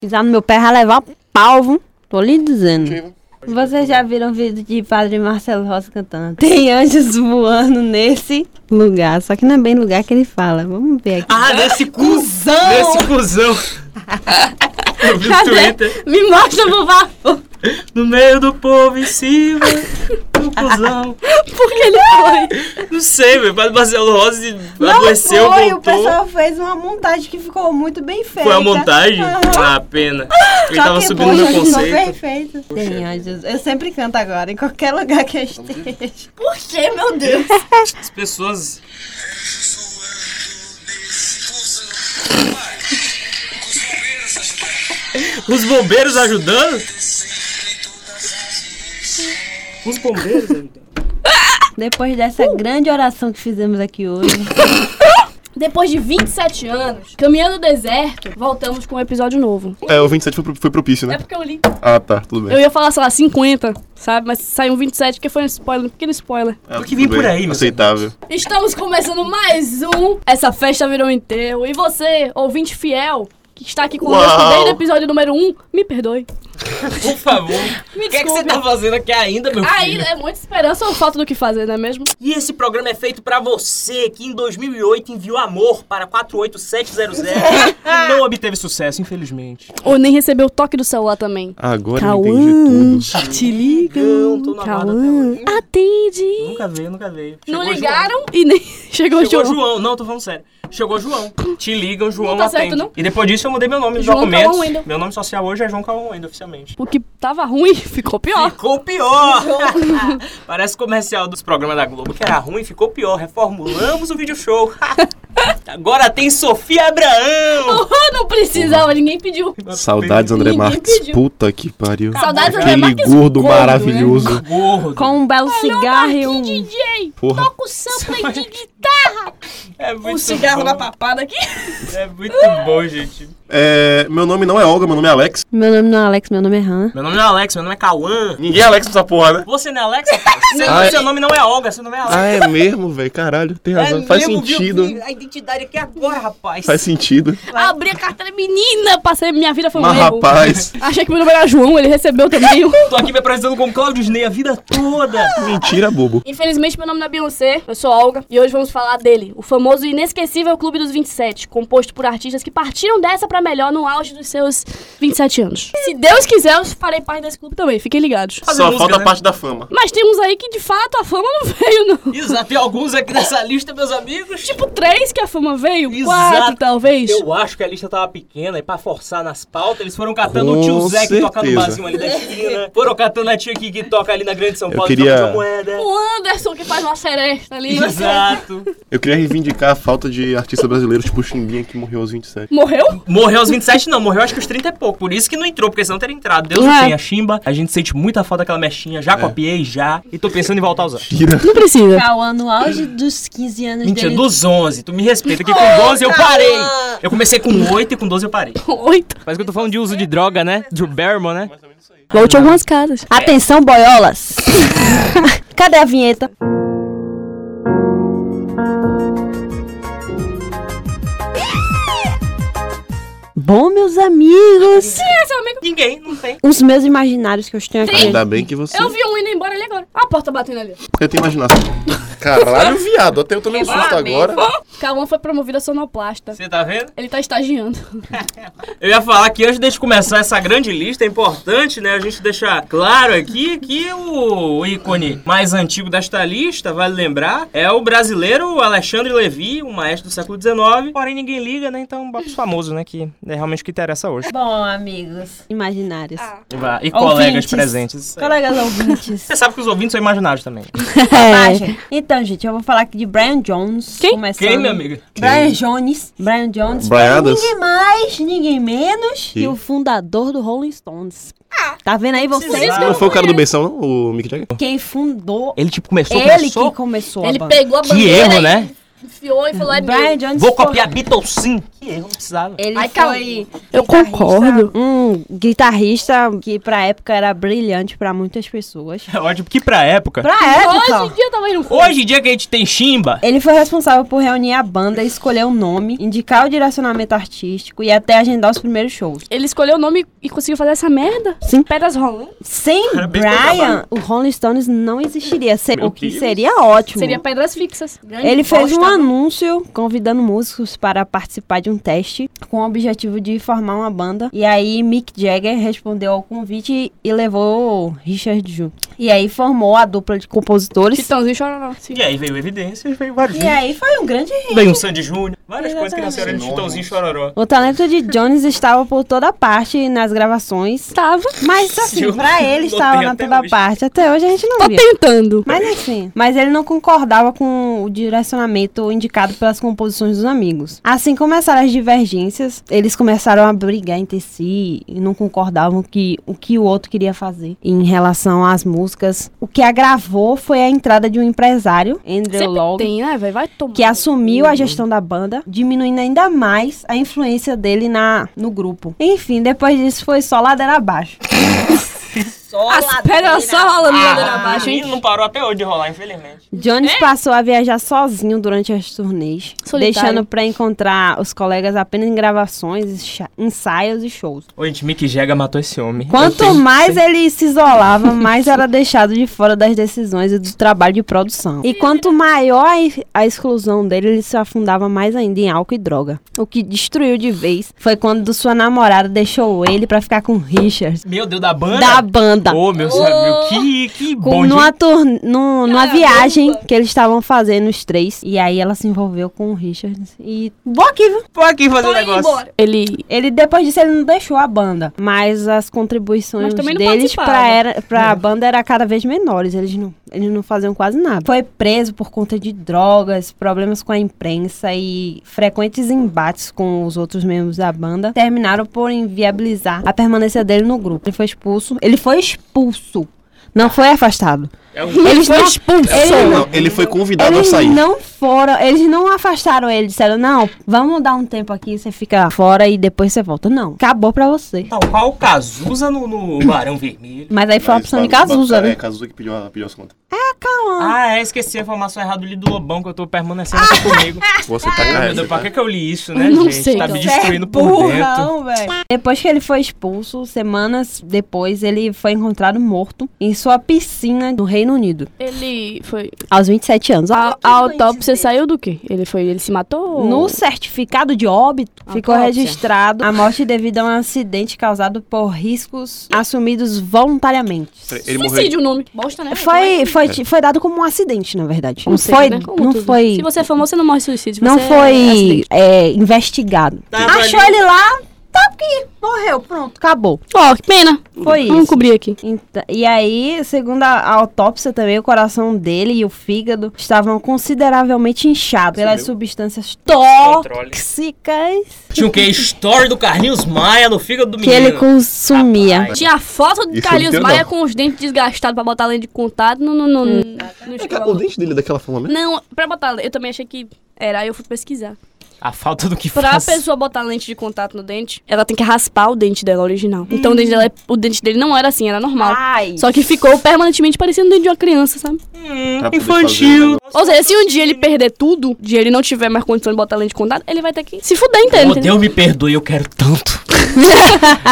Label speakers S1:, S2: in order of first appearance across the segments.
S1: Pisar no meu pé vai levar palvo. Tô lhe dizendo.
S2: Tive.
S1: Vocês já
S3: um
S1: viram vídeo de Padre Marcelo Rosa cantando? Tem anjos voando nesse lugar. Só que não é bem lugar que ele fala. Vamos ver aqui.
S3: Né?
S4: Ah, nesse cuzão!
S1: Cusão!
S4: Nesse cuzão! Eu vi no Twitter.
S1: Me mostra meu bafo.
S4: No meio do povo, em cima do cuzão.
S1: Porque ele foi.
S4: Não sei, velho. Padre Marcelo Rosa
S3: Não
S4: adoeceu,
S3: foi, o
S4: voltou.
S3: pessoal fez uma montagem que ficou muito bem feita.
S4: Foi a montagem?
S3: Aham.
S4: Ah, pena. Ele
S3: Só
S4: tava
S3: que,
S4: subindo
S3: poxa,
S4: meu
S3: ficou
S4: conceito.
S3: perfeito.
S1: Tem anjos.
S3: Eu sempre canto agora, em qualquer lugar que eu esteja. Por que, meu Deus?
S4: As pessoas. Os bombeiros ajudando? Os bombeiros ajudando.
S1: Depois dessa
S3: Uh!
S1: grande oração que fizemos aqui hoje.
S5: Depois de 27 anos, caminhando o deserto, voltamos com um episódio novo.
S2: É, o 27 foi, pro- foi propício, né?
S5: É porque eu li.
S2: Ah, tá, tudo bem.
S5: Eu ia falar, sei lá, 50, sabe? Mas saiu um 27, porque foi um spoiler, um pequeno spoiler.
S2: Ah,
S4: O que vem
S2: tudo
S4: por
S2: bem.
S4: aí, meu
S2: Aceitável.
S5: Estamos começando mais um Essa Festa Virou Enterro. E você, ouvinte fiel, que está aqui conosco
S2: Uau.
S5: desde o episódio número 1, me perdoe.
S4: Por favor.
S5: Me
S4: O que, é que
S5: desculpe.
S4: você tá fazendo aqui ainda, meu filho?
S5: Ainda é muita esperança ou falta do que fazer, não é mesmo?
S4: E esse programa é feito pra você que em 2008 enviou amor para 48700 e não obteve sucesso, infelizmente.
S5: Ou nem recebeu o toque do celular também.
S2: Agora eu
S1: Cauã,
S2: entendi tudo.
S1: te ligam.
S4: Não, tô na guarda até
S1: Cauã,
S4: hoje.
S5: Atende!
S4: Nunca veio, nunca veio.
S5: Não
S4: Chegou
S5: ligaram e nem chegou o
S4: João. Chegou
S5: jogo.
S4: João. Não, tô falando sério. Chegou João. Te ligam, João
S5: tá certo,
S4: atende.
S5: não?
S4: E depois disso eu mudei meu nome nos
S5: João tá
S4: documentos.
S5: Calão Wendel.
S4: Meu nome social hoje é João Calão Wendel, oficialmente.
S5: O que tava ruim ficou pior.
S4: Ficou pior! Parece comercial dos programas da Globo, que era ruim, ficou pior. Reformulamos o vídeo show. Agora tem Sofia Abraão!
S5: Eu não precisava, ninguém pediu.
S2: Saudades, André
S5: Ninguém
S2: Marques.
S5: pediu.
S2: Puta que pariu.
S5: Saudades do André
S2: Aquele
S5: Marques
S2: gordo
S5: gordo, né?
S2: maravilhoso.
S4: Gordo.
S1: Com um belo cigarro e um.
S5: DJ,
S2: Porra.
S5: toca o sample de guitarra.
S4: É muito
S5: Um cigarro
S4: bom.
S5: na papada aqui.
S4: É muito bom, gente.
S2: É, meu nome não é Olga, meu nome é Alex.
S1: Meu nome não é Alex, meu nome é Hannah.
S4: Meu nome não é Alex, meu nome é Cauã.
S2: Ninguém é Alex nessa porra, né?
S4: Você não é Alex? Seu,
S2: Ai.
S4: seu nome não é Olga, seu nome é Alex.
S2: Ah, é mesmo, velho. Caralho, tem razão.
S4: É
S2: Faz
S4: mesmo, viu? É
S2: sentido.
S4: Vi A identidade aqui agora, rapaz.
S2: Faz sentido.
S5: Abri a carteira, menina, passei, minha vida foi um
S2: Mas
S5: erro.
S2: rapaz,
S5: Achei que meu nome era João, ele recebeu também. um.
S4: Tô aqui me apresentando com o Claudio Disney a vida toda.
S2: mentira, bobo.
S5: Infelizmente, meu nome não é Beyoncé, eu sou Olga, e hoje vamos falar dele, o famoso e inesquecível Clube dos 27, composto por artistas que partiram dessa pra melhor no auge dos seus 27 anos. Se Deus quiser, eu farei parte desse clube também, fiquem ligados.
S4: Fazer música, né?
S2: da fama.
S5: Mas tem uns aí que, de fato, a fama não veio, não.
S4: Exato, tem alguns aqui nessa lista, meus amigos.
S5: Tipo, três que a fama veio,
S4: Exato.
S5: quatro talvez.
S4: Eu acho que a lista tava pequena e pra forçar nas pautas, eles foram catando o tio
S2: Com
S4: Zé que toca no
S2: certeza.
S4: barzinho ali da esquina. Foram catando a tia que, que toca ali na Grande São
S2: Eu
S4: Paulo,
S2: queria-
S4: toca de moeda.
S5: O Anderson que faz uma seresta ali.
S4: Exato.
S2: Eu queria reivindicar a falta de artista brasileiro, tipo o Chimbinha, que morreu aos 27.
S5: Morreu?
S4: Morreu aos 27, não, morreu acho que os 30 é pouco. Por isso que não entrou, porque senão teria entrado. Deus
S5: É.
S4: não tem a chimba, a gente sente muita falta daquela mechinha, já copiei, já. E tô pensando em voltar a usar.
S2: Tira.
S5: Não precisa.
S3: Tá
S1: Cauã, no auge dos 15 anos
S4: Mentira,
S1: dele.
S4: dos 11, tu me respeita, que com 12 eu parei. Eu comecei com 8 e com 12 eu parei.
S5: Oito.
S4: Parece que eu tô falando de uso de droga, né? Drew Barrymore, né?
S5: Volte algumas casas.
S1: Atenção, boiolas! Cadê a vinheta? Bom, meus amigos,
S4: Ninguém, não tem.
S1: os meus imaginários que eu tenho aqui.
S2: Ainda bem que você.
S5: Eu vi um indo embora ali agora. Olha a porta batendo ali.
S2: Eu tenho imaginação. Caralho, viado. Até eu tomei um susto
S1: Ah,
S2: agora.
S5: Cauã foi promovido a sonoplasta.
S4: Você tá vendo?
S5: Ele tá estagiando.
S4: Eu ia falar que antes de começar essa grande lista, é importante, né, a gente deixar claro aqui que o ícone mais antigo desta lista, vale lembrar, é o brasileiro Alexandre Levi, um maestro do século XIX. Porém, ninguém liga, né, então bota os famosos, né, que é realmente o que interessa hoje.
S3: Bom, amigos.
S1: Imaginários.
S4: E
S3: colegas
S4: colegas
S3: presentes,
S4: presentes.
S3: Colegas ouvintes.
S4: Você sabe que os ouvintes são imaginários também.
S1: É.
S3: Baixa. Então, gente, eu vou falar aqui de Brian Jones.
S5: Quem?
S3: Começando.
S1: né?
S4: amiga?
S3: Brian Jones. Brian Jones.
S2: Brian Adams?
S3: Ninguém mais, ninguém menos. Ah,
S1: E o fundador do Rolling Stones. Tá vendo aí vocês?
S4: precisava.
S2: Não foi o cara do Benção, não? O Mick Jagger?
S1: Quem fundou?
S4: Ele, tipo, começou,
S1: Ele
S4: começou...
S1: que começou a
S5: Ele
S1: banda.
S5: pegou a
S4: Que
S5: bandeira
S4: erro,
S5: e
S4: né?
S5: enfiou e falou, é
S1: Brian
S5: meu.
S1: Jones
S6: Vou
S1: foi-
S6: copiar Beatles sim. Que erro, não precisava.
S1: Ele
S3: Aí
S1: foi
S3: foi.
S5: Eu
S3: guitarrista.
S5: concordo.
S1: um guitarrista que pra época era brilhante pra muitas pessoas.
S6: É ótimo que pra época.
S1: Pra época!
S5: Hoje em dia talvez não foi.
S6: Hoje em dia que a gente tem chimba,
S1: Ele foi responsável por reunir a banda, escolher o nome, indicar o direcionamento artístico e até agendar os primeiros shows.
S5: Ele escolheu o nome e conseguiu fazer essa merda?
S1: Sim.
S5: Pedras rolando.
S1: Sem
S6: Parabéns pelo
S1: Brian, o Rolling Stones não existiria, se-
S2: Meu
S1: o que
S2: Deus.
S1: seria ótimo.
S5: Seria pedras fixas.
S1: Ele fez um
S5: bosta.
S1: anúncio convidando músicos para participar de um teste com o objetivo de formar uma banda. E aí Mick Jagger respondeu ao convite e levou Richard junto. E aí formou a dupla de compositores.
S5: Titãozinho chororó. Sim.
S6: e aí veio evidências, veio vários.
S1: E aí foi um grande
S6: Veio um Sandy Júnior, várias coisas que
S1: Exatamente.
S6: nasceram de Chitãozinho e Chororó.
S1: O talento de Jones estava por toda parte nas gravações.
S5: Tava.
S1: Mas assim,
S6: Eu
S1: pra ele
S6: notei
S1: estava na
S6: até
S1: toda
S6: hoje.
S1: parte. Até hoje a gente não
S5: Tô
S1: viu.
S5: tentando.
S1: Mas assim, mas ele não concordava com o direcionamento indicado pelas composições dos amigos. Assim começaram as divergências, eles começaram a brigar entre si e não concordavam que o que o outro queria fazer em relação às músicas. O que agravou foi a entrada de um empresário, Andrew
S5: Sempre
S1: Log,
S5: tem, né, velho? Vai tomar.
S1: que assumiu a gestão da banda, diminuindo ainda mais a influência dele na no grupo. Enfim, depois disso foi só ladeira abaixo.
S5: As pedras só rolando ladeira abaixo,
S6: e
S5: hein?
S6: Ah, não parou até hoje de rolar, infelizmente.
S1: Jones passou a viajar sozinho durante as turnês,
S5: Solitário.
S1: deixando pra encontrar os colegas apenas em gravações, cha- ensaios e shows.
S6: Ô, gente, Mick Jagger matou esse homem.
S1: Quanto mais ele se isolava, mais era deixado de fora das decisões e do trabalho de produção. E quanto maior a i- a exclusão dele, ele se afundava mais ainda em álcool e droga. O que destruiu de vez foi quando sua namorada deixou ele pra ficar com Richard,
S6: Meu Deus, da banda?
S1: da banda.
S6: Ô, meu
S5: Ô.
S6: oh. que, que bom.
S1: Com, numa,
S6: gente.
S1: turn- num- numa
S5: Caramba.
S1: viagem que eles estavam fazendo os três. E aí ela se envolveu com o Richard. E. Boa aqui, viu?
S6: Pô, aqui fazer
S5: Tô
S6: um
S5: indo
S6: negócio.
S5: embora. Ele.
S1: Ele, depois disso, ele não deixou a banda. Mas as contribuições
S5: Mas também não
S1: deles pra,
S5: participava.
S1: era, pra banda era cada vez menores. Eles não, eles não faziam quase nada. Foi preso por conta de drogas, problemas com a imprensa e frequentes embates com os outros membros da banda. Terminaram por inviabilizar a permanência dele no grupo. Ele foi expulso. Ele foi expulso. Não foi afastado.
S6: É um-
S1: Eles
S5: Foi
S1: não-
S5: expulso.
S1: Ele
S2: Não,
S1: não-
S2: não, ele foi convidado
S1: Eles
S2: a sair.
S1: não foram, eles não afastaram ele, disseram, não, vamos dar um tempo aqui, você fica fora e depois você volta. Não, acabou pra você.
S6: Tal qual o Cazuza no, no Barão Vermelho.
S1: Mas aí foi a
S2: Mas
S1: opção de
S2: Baru-
S1: Cazuza,
S2: Ba- É,
S1: né?
S2: Cazuza que pediu, a- pediu as contas.
S6: Ah, é, esqueci a informação errada do Lido Lobão, que eu tô permanecendo aqui comigo.
S1: Ah,
S2: Você tá
S6: Ô, meu
S2: carregando.
S6: Deus, pra que, que eu li isso, né,
S5: Eu não
S6: gente?
S5: sei,
S6: tá
S5: não.
S4: é
S6: me destruindo por dentro.
S1: velho. Depois que ele foi expulso, semanas depois, ele foi encontrado morto em sua piscina no Reino Unido,
S5: Ele foi.
S1: aos 27 anos.
S5: A,
S1: Ao-
S5: a
S1: ao-
S5: autópsia saiu do quê? Ele foi. Ele se matou?
S1: no certificado de óbito, ficou
S5: Autópsia.
S1: registrado a morte devido a um acidente causado por riscos assumidos voluntariamente.
S2: Ele morreu.
S5: Suicídio o nome. Bosta, né?
S1: Foi, foi, foi dado como um acidente, na verdade.
S5: Como
S1: Não
S5: sempre,
S1: foi,
S5: né? Como
S1: não
S5: tudo.
S1: foi,
S5: Se você é famoso, você não morre de suicídio.
S1: não
S5: você é
S1: foi
S5: acidente.
S1: é, investigado.
S6: Tava
S1: Achou
S6: ali.
S1: ele lá, tá aqui, morreu, pronto, acabou.
S5: Ó, que pena.
S1: Foi
S5: Vamos
S1: isso.
S5: cobrir aqui.
S1: Ent- E aí, segundo a a autópsia também, o coração dele e o fígado estavam consideravelmente inchados pelas
S2: Sumiu.
S1: substâncias
S6: Controle.
S1: tóxicas
S6: Tinha o quê? Story do Carlinhos Maia no fígado do
S1: que ele
S6: menino.
S1: consumia.
S5: Tinha a foto do
S2: Isso
S5: Carlinhos
S2: não tem,
S5: Maia
S2: não.
S5: com os dentes desgastados pra botar lente de contato no. no, no, no
S2: O
S5: escola.
S2: dente dele é daquela forma mesmo?
S5: Não, pra botar. Eu também achei que era, aí eu fui pesquisar.
S6: A falta do que
S5: Pra
S6: faz.
S5: pessoa botar lente de contato no dente, ela tem que raspar o dente dela original. Então o dente dela, é- o dente dele não era assim, era normal.
S1: Ai.
S5: Só que ficou permanentemente parecendo o dente de uma criança, sabe?
S6: Hum,
S2: Pra poder fazer o
S6: infantil.
S5: Ou seja, se um dia ele perder tudo, de ele não tiver mais condição de botar lente de contato, ele vai ter que se fuder inteiro.
S6: Oh,
S5: entendeu?
S6: Deus me perdoe, eu quero tanto.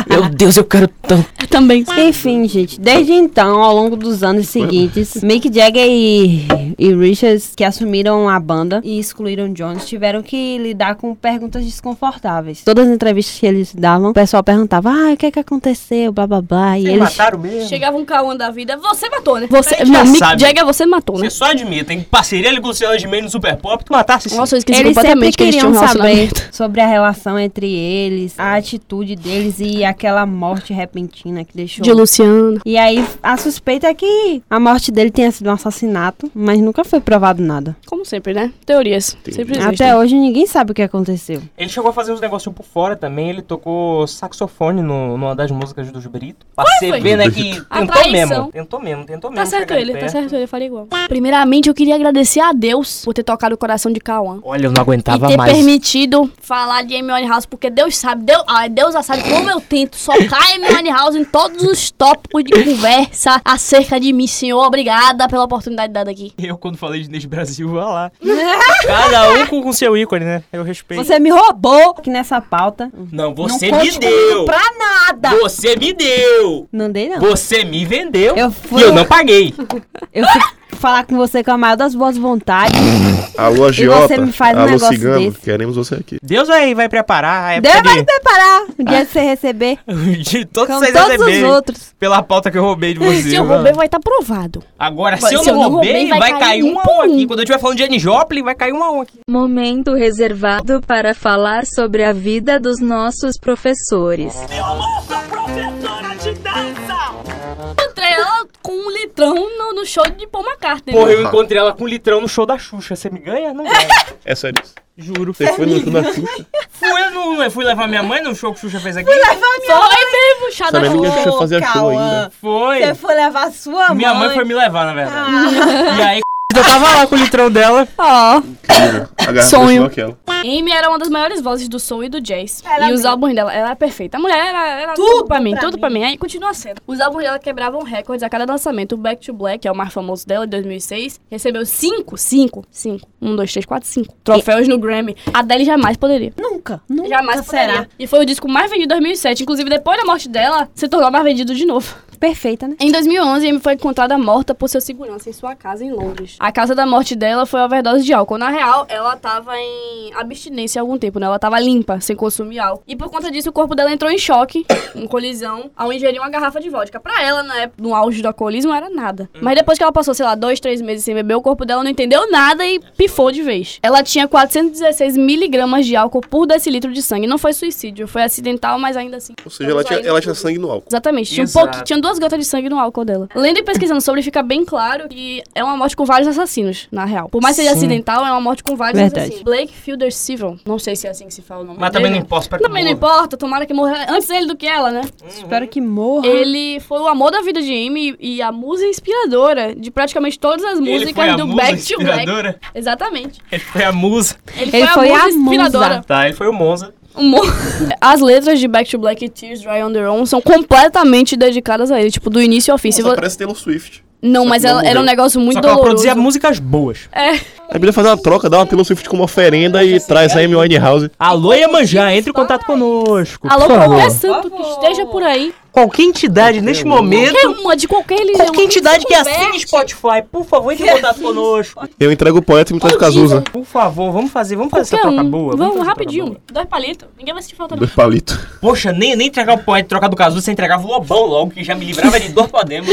S6: Meu Deus, eu quero tanto.
S5: Também.
S1: Enfim, gente, desde então, ao longo dos anos seguintes, Mick Jagger e, e Richards, que assumiram a banda e excluíram Jones, tiveram que lidar com perguntas desconfortáveis. Todas as entrevistas que eles davam, o pessoal perguntava, ah, o que é que aconteceu, blá, blá, blá. E eles...
S4: tá
S6: mesmo?
S5: Chegava um Cauã da vida, você matou, né? Você,
S6: já
S5: não, Mick
S6: sabe.
S5: Jagger, você matou, né?
S6: Você só admita, em parceria ele com o Luciano de Mendes no Super Pop, tu matasse sim.
S5: Nossa, eu esqueci
S1: Eles sempre
S5: completamente que eles tinham
S1: queriam
S5: um
S1: saber
S5: relacionamento.
S1: sobre a relação entre eles, a atitude deles e aquela morte repentina que deixou
S5: De Luciano.
S1: E aí, a suspeita é que a morte dele tenha sido um assassinato, mas nunca foi provado nada.
S5: Como sempre, né? Teorias. Sempre
S1: Até hoje ninguém sabe sabe o que aconteceu.
S4: Ele chegou a fazer uns negocinhos por fora também. Ele tocou saxofone no, numa das músicas dos Brito. Pra você
S5: foi?
S4: ver, né,
S2: Do
S4: que
S2: Brito.
S5: A
S4: tentou
S5: traição.
S4: mesmo. Tentou mesmo, tentou mesmo.
S5: Tá certo
S4: chegar
S5: ele, tá
S4: perto.
S5: certo ele, eu faria igual. Primeiramente, eu queria agradecer a Deus por ter tocado o coração de Cauã.
S4: Olha, eu não
S5: E
S4: aguentava
S5: ter
S4: mais.
S5: permitido falar de Hermione House, porque Deus sabe, Deus, ah, Deus já sabe como eu tento socar Hermione House em todos os tópicos de conversa acerca de mim, senhor. Obrigada pela oportunidade dada aqui.
S4: Eu, quando falei de Inês Brasil, vai lá. Cada um com, com seu ícone, né? Eu respeito.
S1: Você me roubou aqui nessa pauta.
S4: Não, você
S1: não
S4: me
S1: conte
S4: deu.
S1: comigo pra nada.
S4: Você me deu.
S1: Não dei, não.
S4: Você me vendeu.
S1: Eu fui,
S4: E eu não paguei.
S1: eu fui falar com você com a maior das boas vontades.
S2: Alô, agiota.
S1: você me faz um
S2: Alô,
S1: negócio
S2: cigano.
S1: desse.
S2: Queremos você aqui.
S4: Deus vai, vai preparar a época
S1: Deus vai
S4: de-
S1: te preparar o dia que você receber.
S4: de todos
S1: Com
S4: vocês
S1: todos os
S4: receberem
S1: outros.
S4: pela pauta que eu roubei de você.
S5: Se eu
S4: mano.
S5: roubei, vai estar provado.
S4: Agora, se
S5: Vai,
S4: eu não roubei, vai, cair um a
S5: por
S4: um aqui.
S5: um.
S4: Quando eu estiver falando de Annie Joplin, vai cair um a um aqui.
S7: Momento reservado para falar sobre a vida dos nossos professores.
S5: Encontrei ela com um litrão no, no show de Paul McCartney.
S4: Porra, eu
S2: Opa.
S4: encontrei ela com um litrão no show da Xuxa. Você me ganha? Não ganha.
S2: É sério isso?
S4: Juro.
S2: Você foi no show da Xuxa?
S4: Fui, eu não, eu fui levar minha mãe no show que a Xuxa fez aqui.
S5: Foi bem puxada
S2: Sabia nem que a Xuxa
S8: Ô,
S2: fazia show
S8: Cauã,
S2: ainda.
S4: Foi.
S8: Você foi levar sua mãe.
S4: Minha mãe foi me levar, na
S1: Ah,
S4: verdade. E aí, eu tava lá com o litrão dela.
S5: Ó.
S2: A garrafa
S5: Sonho.
S2: Sonho. aquela.
S5: Amy era uma das maiores vozes do soul e do jazz.
S8: Ela
S5: e os
S8: mesmo.
S5: álbuns dela, ela era perfeita. A mulher era, era tudo, pra mim, tudo pra mim. Aí continua sendo. Os álbuns dela quebravam recordes a cada lançamento. O Back to Black, que é o mais famoso dela, de 2006, recebeu cinco, cinco, cinco, um, dois, três, quatro, cinco troféus no Grammy. A Adele jamais poderia.
S1: Nunca, nunca
S5: Jamais
S1: será.
S5: poderia. E foi o disco mais vendido em 2007. Inclusive, depois da morte dela, se tornou mais vendido de novo.
S1: Perfeita, né?
S5: Em 2011, Amy foi encontrada morta por seu segurança em sua casa em Londres. A causa da morte dela foi overdose de álcool. Na real, ela tava em abstinência há algum tempo, né? Ela tava limpa, sem consumir álcool. E por conta disso, o corpo dela entrou em choque, em colisão, ao ingerir uma garrafa de vodka. Pra ela, na época, no auge do alcoolismo, era nada. Mas depois que ela passou, sei lá, dois, três meses sem beber, o corpo dela não entendeu nada e pifou de vez. Ela tinha 416 miligramas de álcool por decilitro de sangue. Não foi suicídio, foi acidental, mas ainda assim.
S2: Ou seja, ela tinha, ela tinha sangue no álcool.
S5: Exatamente. Tinha, um
S4: Exato.
S5: pouqui- tinha duas gotas de sangue no álcool dela. Lendo e pesquisando sobre, fica bem claro que é uma morte com vários assassinos, na real. Por mais que seja
S4: Sim.
S5: acidental, é uma morte com vários
S1: Verdade.
S5: assassinos. Blake Fielder Civil. Não sei se é assim que se fala o nome
S4: Mas
S5: dele.
S4: também não importa. espero que
S5: Também não
S4: morra.
S5: importa, tomara que morra antes ele do que ela, né?
S4: Uhum.
S1: Espero que morra.
S5: Ele foi o amor da vida de Amy e a musa inspiradora de praticamente todas as
S4: Ele
S5: músicas
S4: foi a
S5: do
S4: musa
S5: Back to Black.
S4: inspiradora?
S5: Exatamente.
S4: Ele foi a musa.
S5: Ele,
S1: Ele
S5: foi, a musa inspiradora.
S4: Tá, ele foi o Monza.
S5: Humor. As letras de Back to Black e Tears Dry on Their Own são completamente dedicadas a ele, tipo, do início ao fim. Se
S2: Nossa,
S5: vo-
S2: parece Taylor Swift.
S5: Não,
S2: Só
S5: mas
S2: que
S5: ela,
S2: não
S5: era um
S2: morreu.
S5: negócio muito
S4: Só que ela
S5: doloroso.
S4: produzia músicas boas.
S2: Aí podia É fazer uma troca, dá uma Taylor Swift como oferenda e
S1: é
S2: traz a Amy Winehouse.
S4: Alô, Iemanjá, entre em contato conosco.
S5: Alô,
S4: por favor.
S5: qualquer santo que esteja por aí.
S4: Qualquer entidade neste
S5: Qualquer
S4: momento.
S5: uma, de qualquer religião.
S4: Qualquer entidade que é assim?
S5: conversa.
S4: assine Spotify, por favor, entre em contato conosco.
S2: Eu entrego o poeta e me traz o Cazuza.
S4: Por favor, vamos fazer, vamos fazer
S5: Qualquer
S4: essa troca
S5: um.
S4: boa.
S5: Vamos,
S4: fazer essa troca
S5: rapidinho.
S4: boa.
S5: Dois palitos. Ninguém vai sentir falta não.
S2: Dois palitos.
S4: Poxa, nem, nem entregar o poeta trocar do Cazuza, você entregava o Lobão logo, que já me livrava de dor podemos.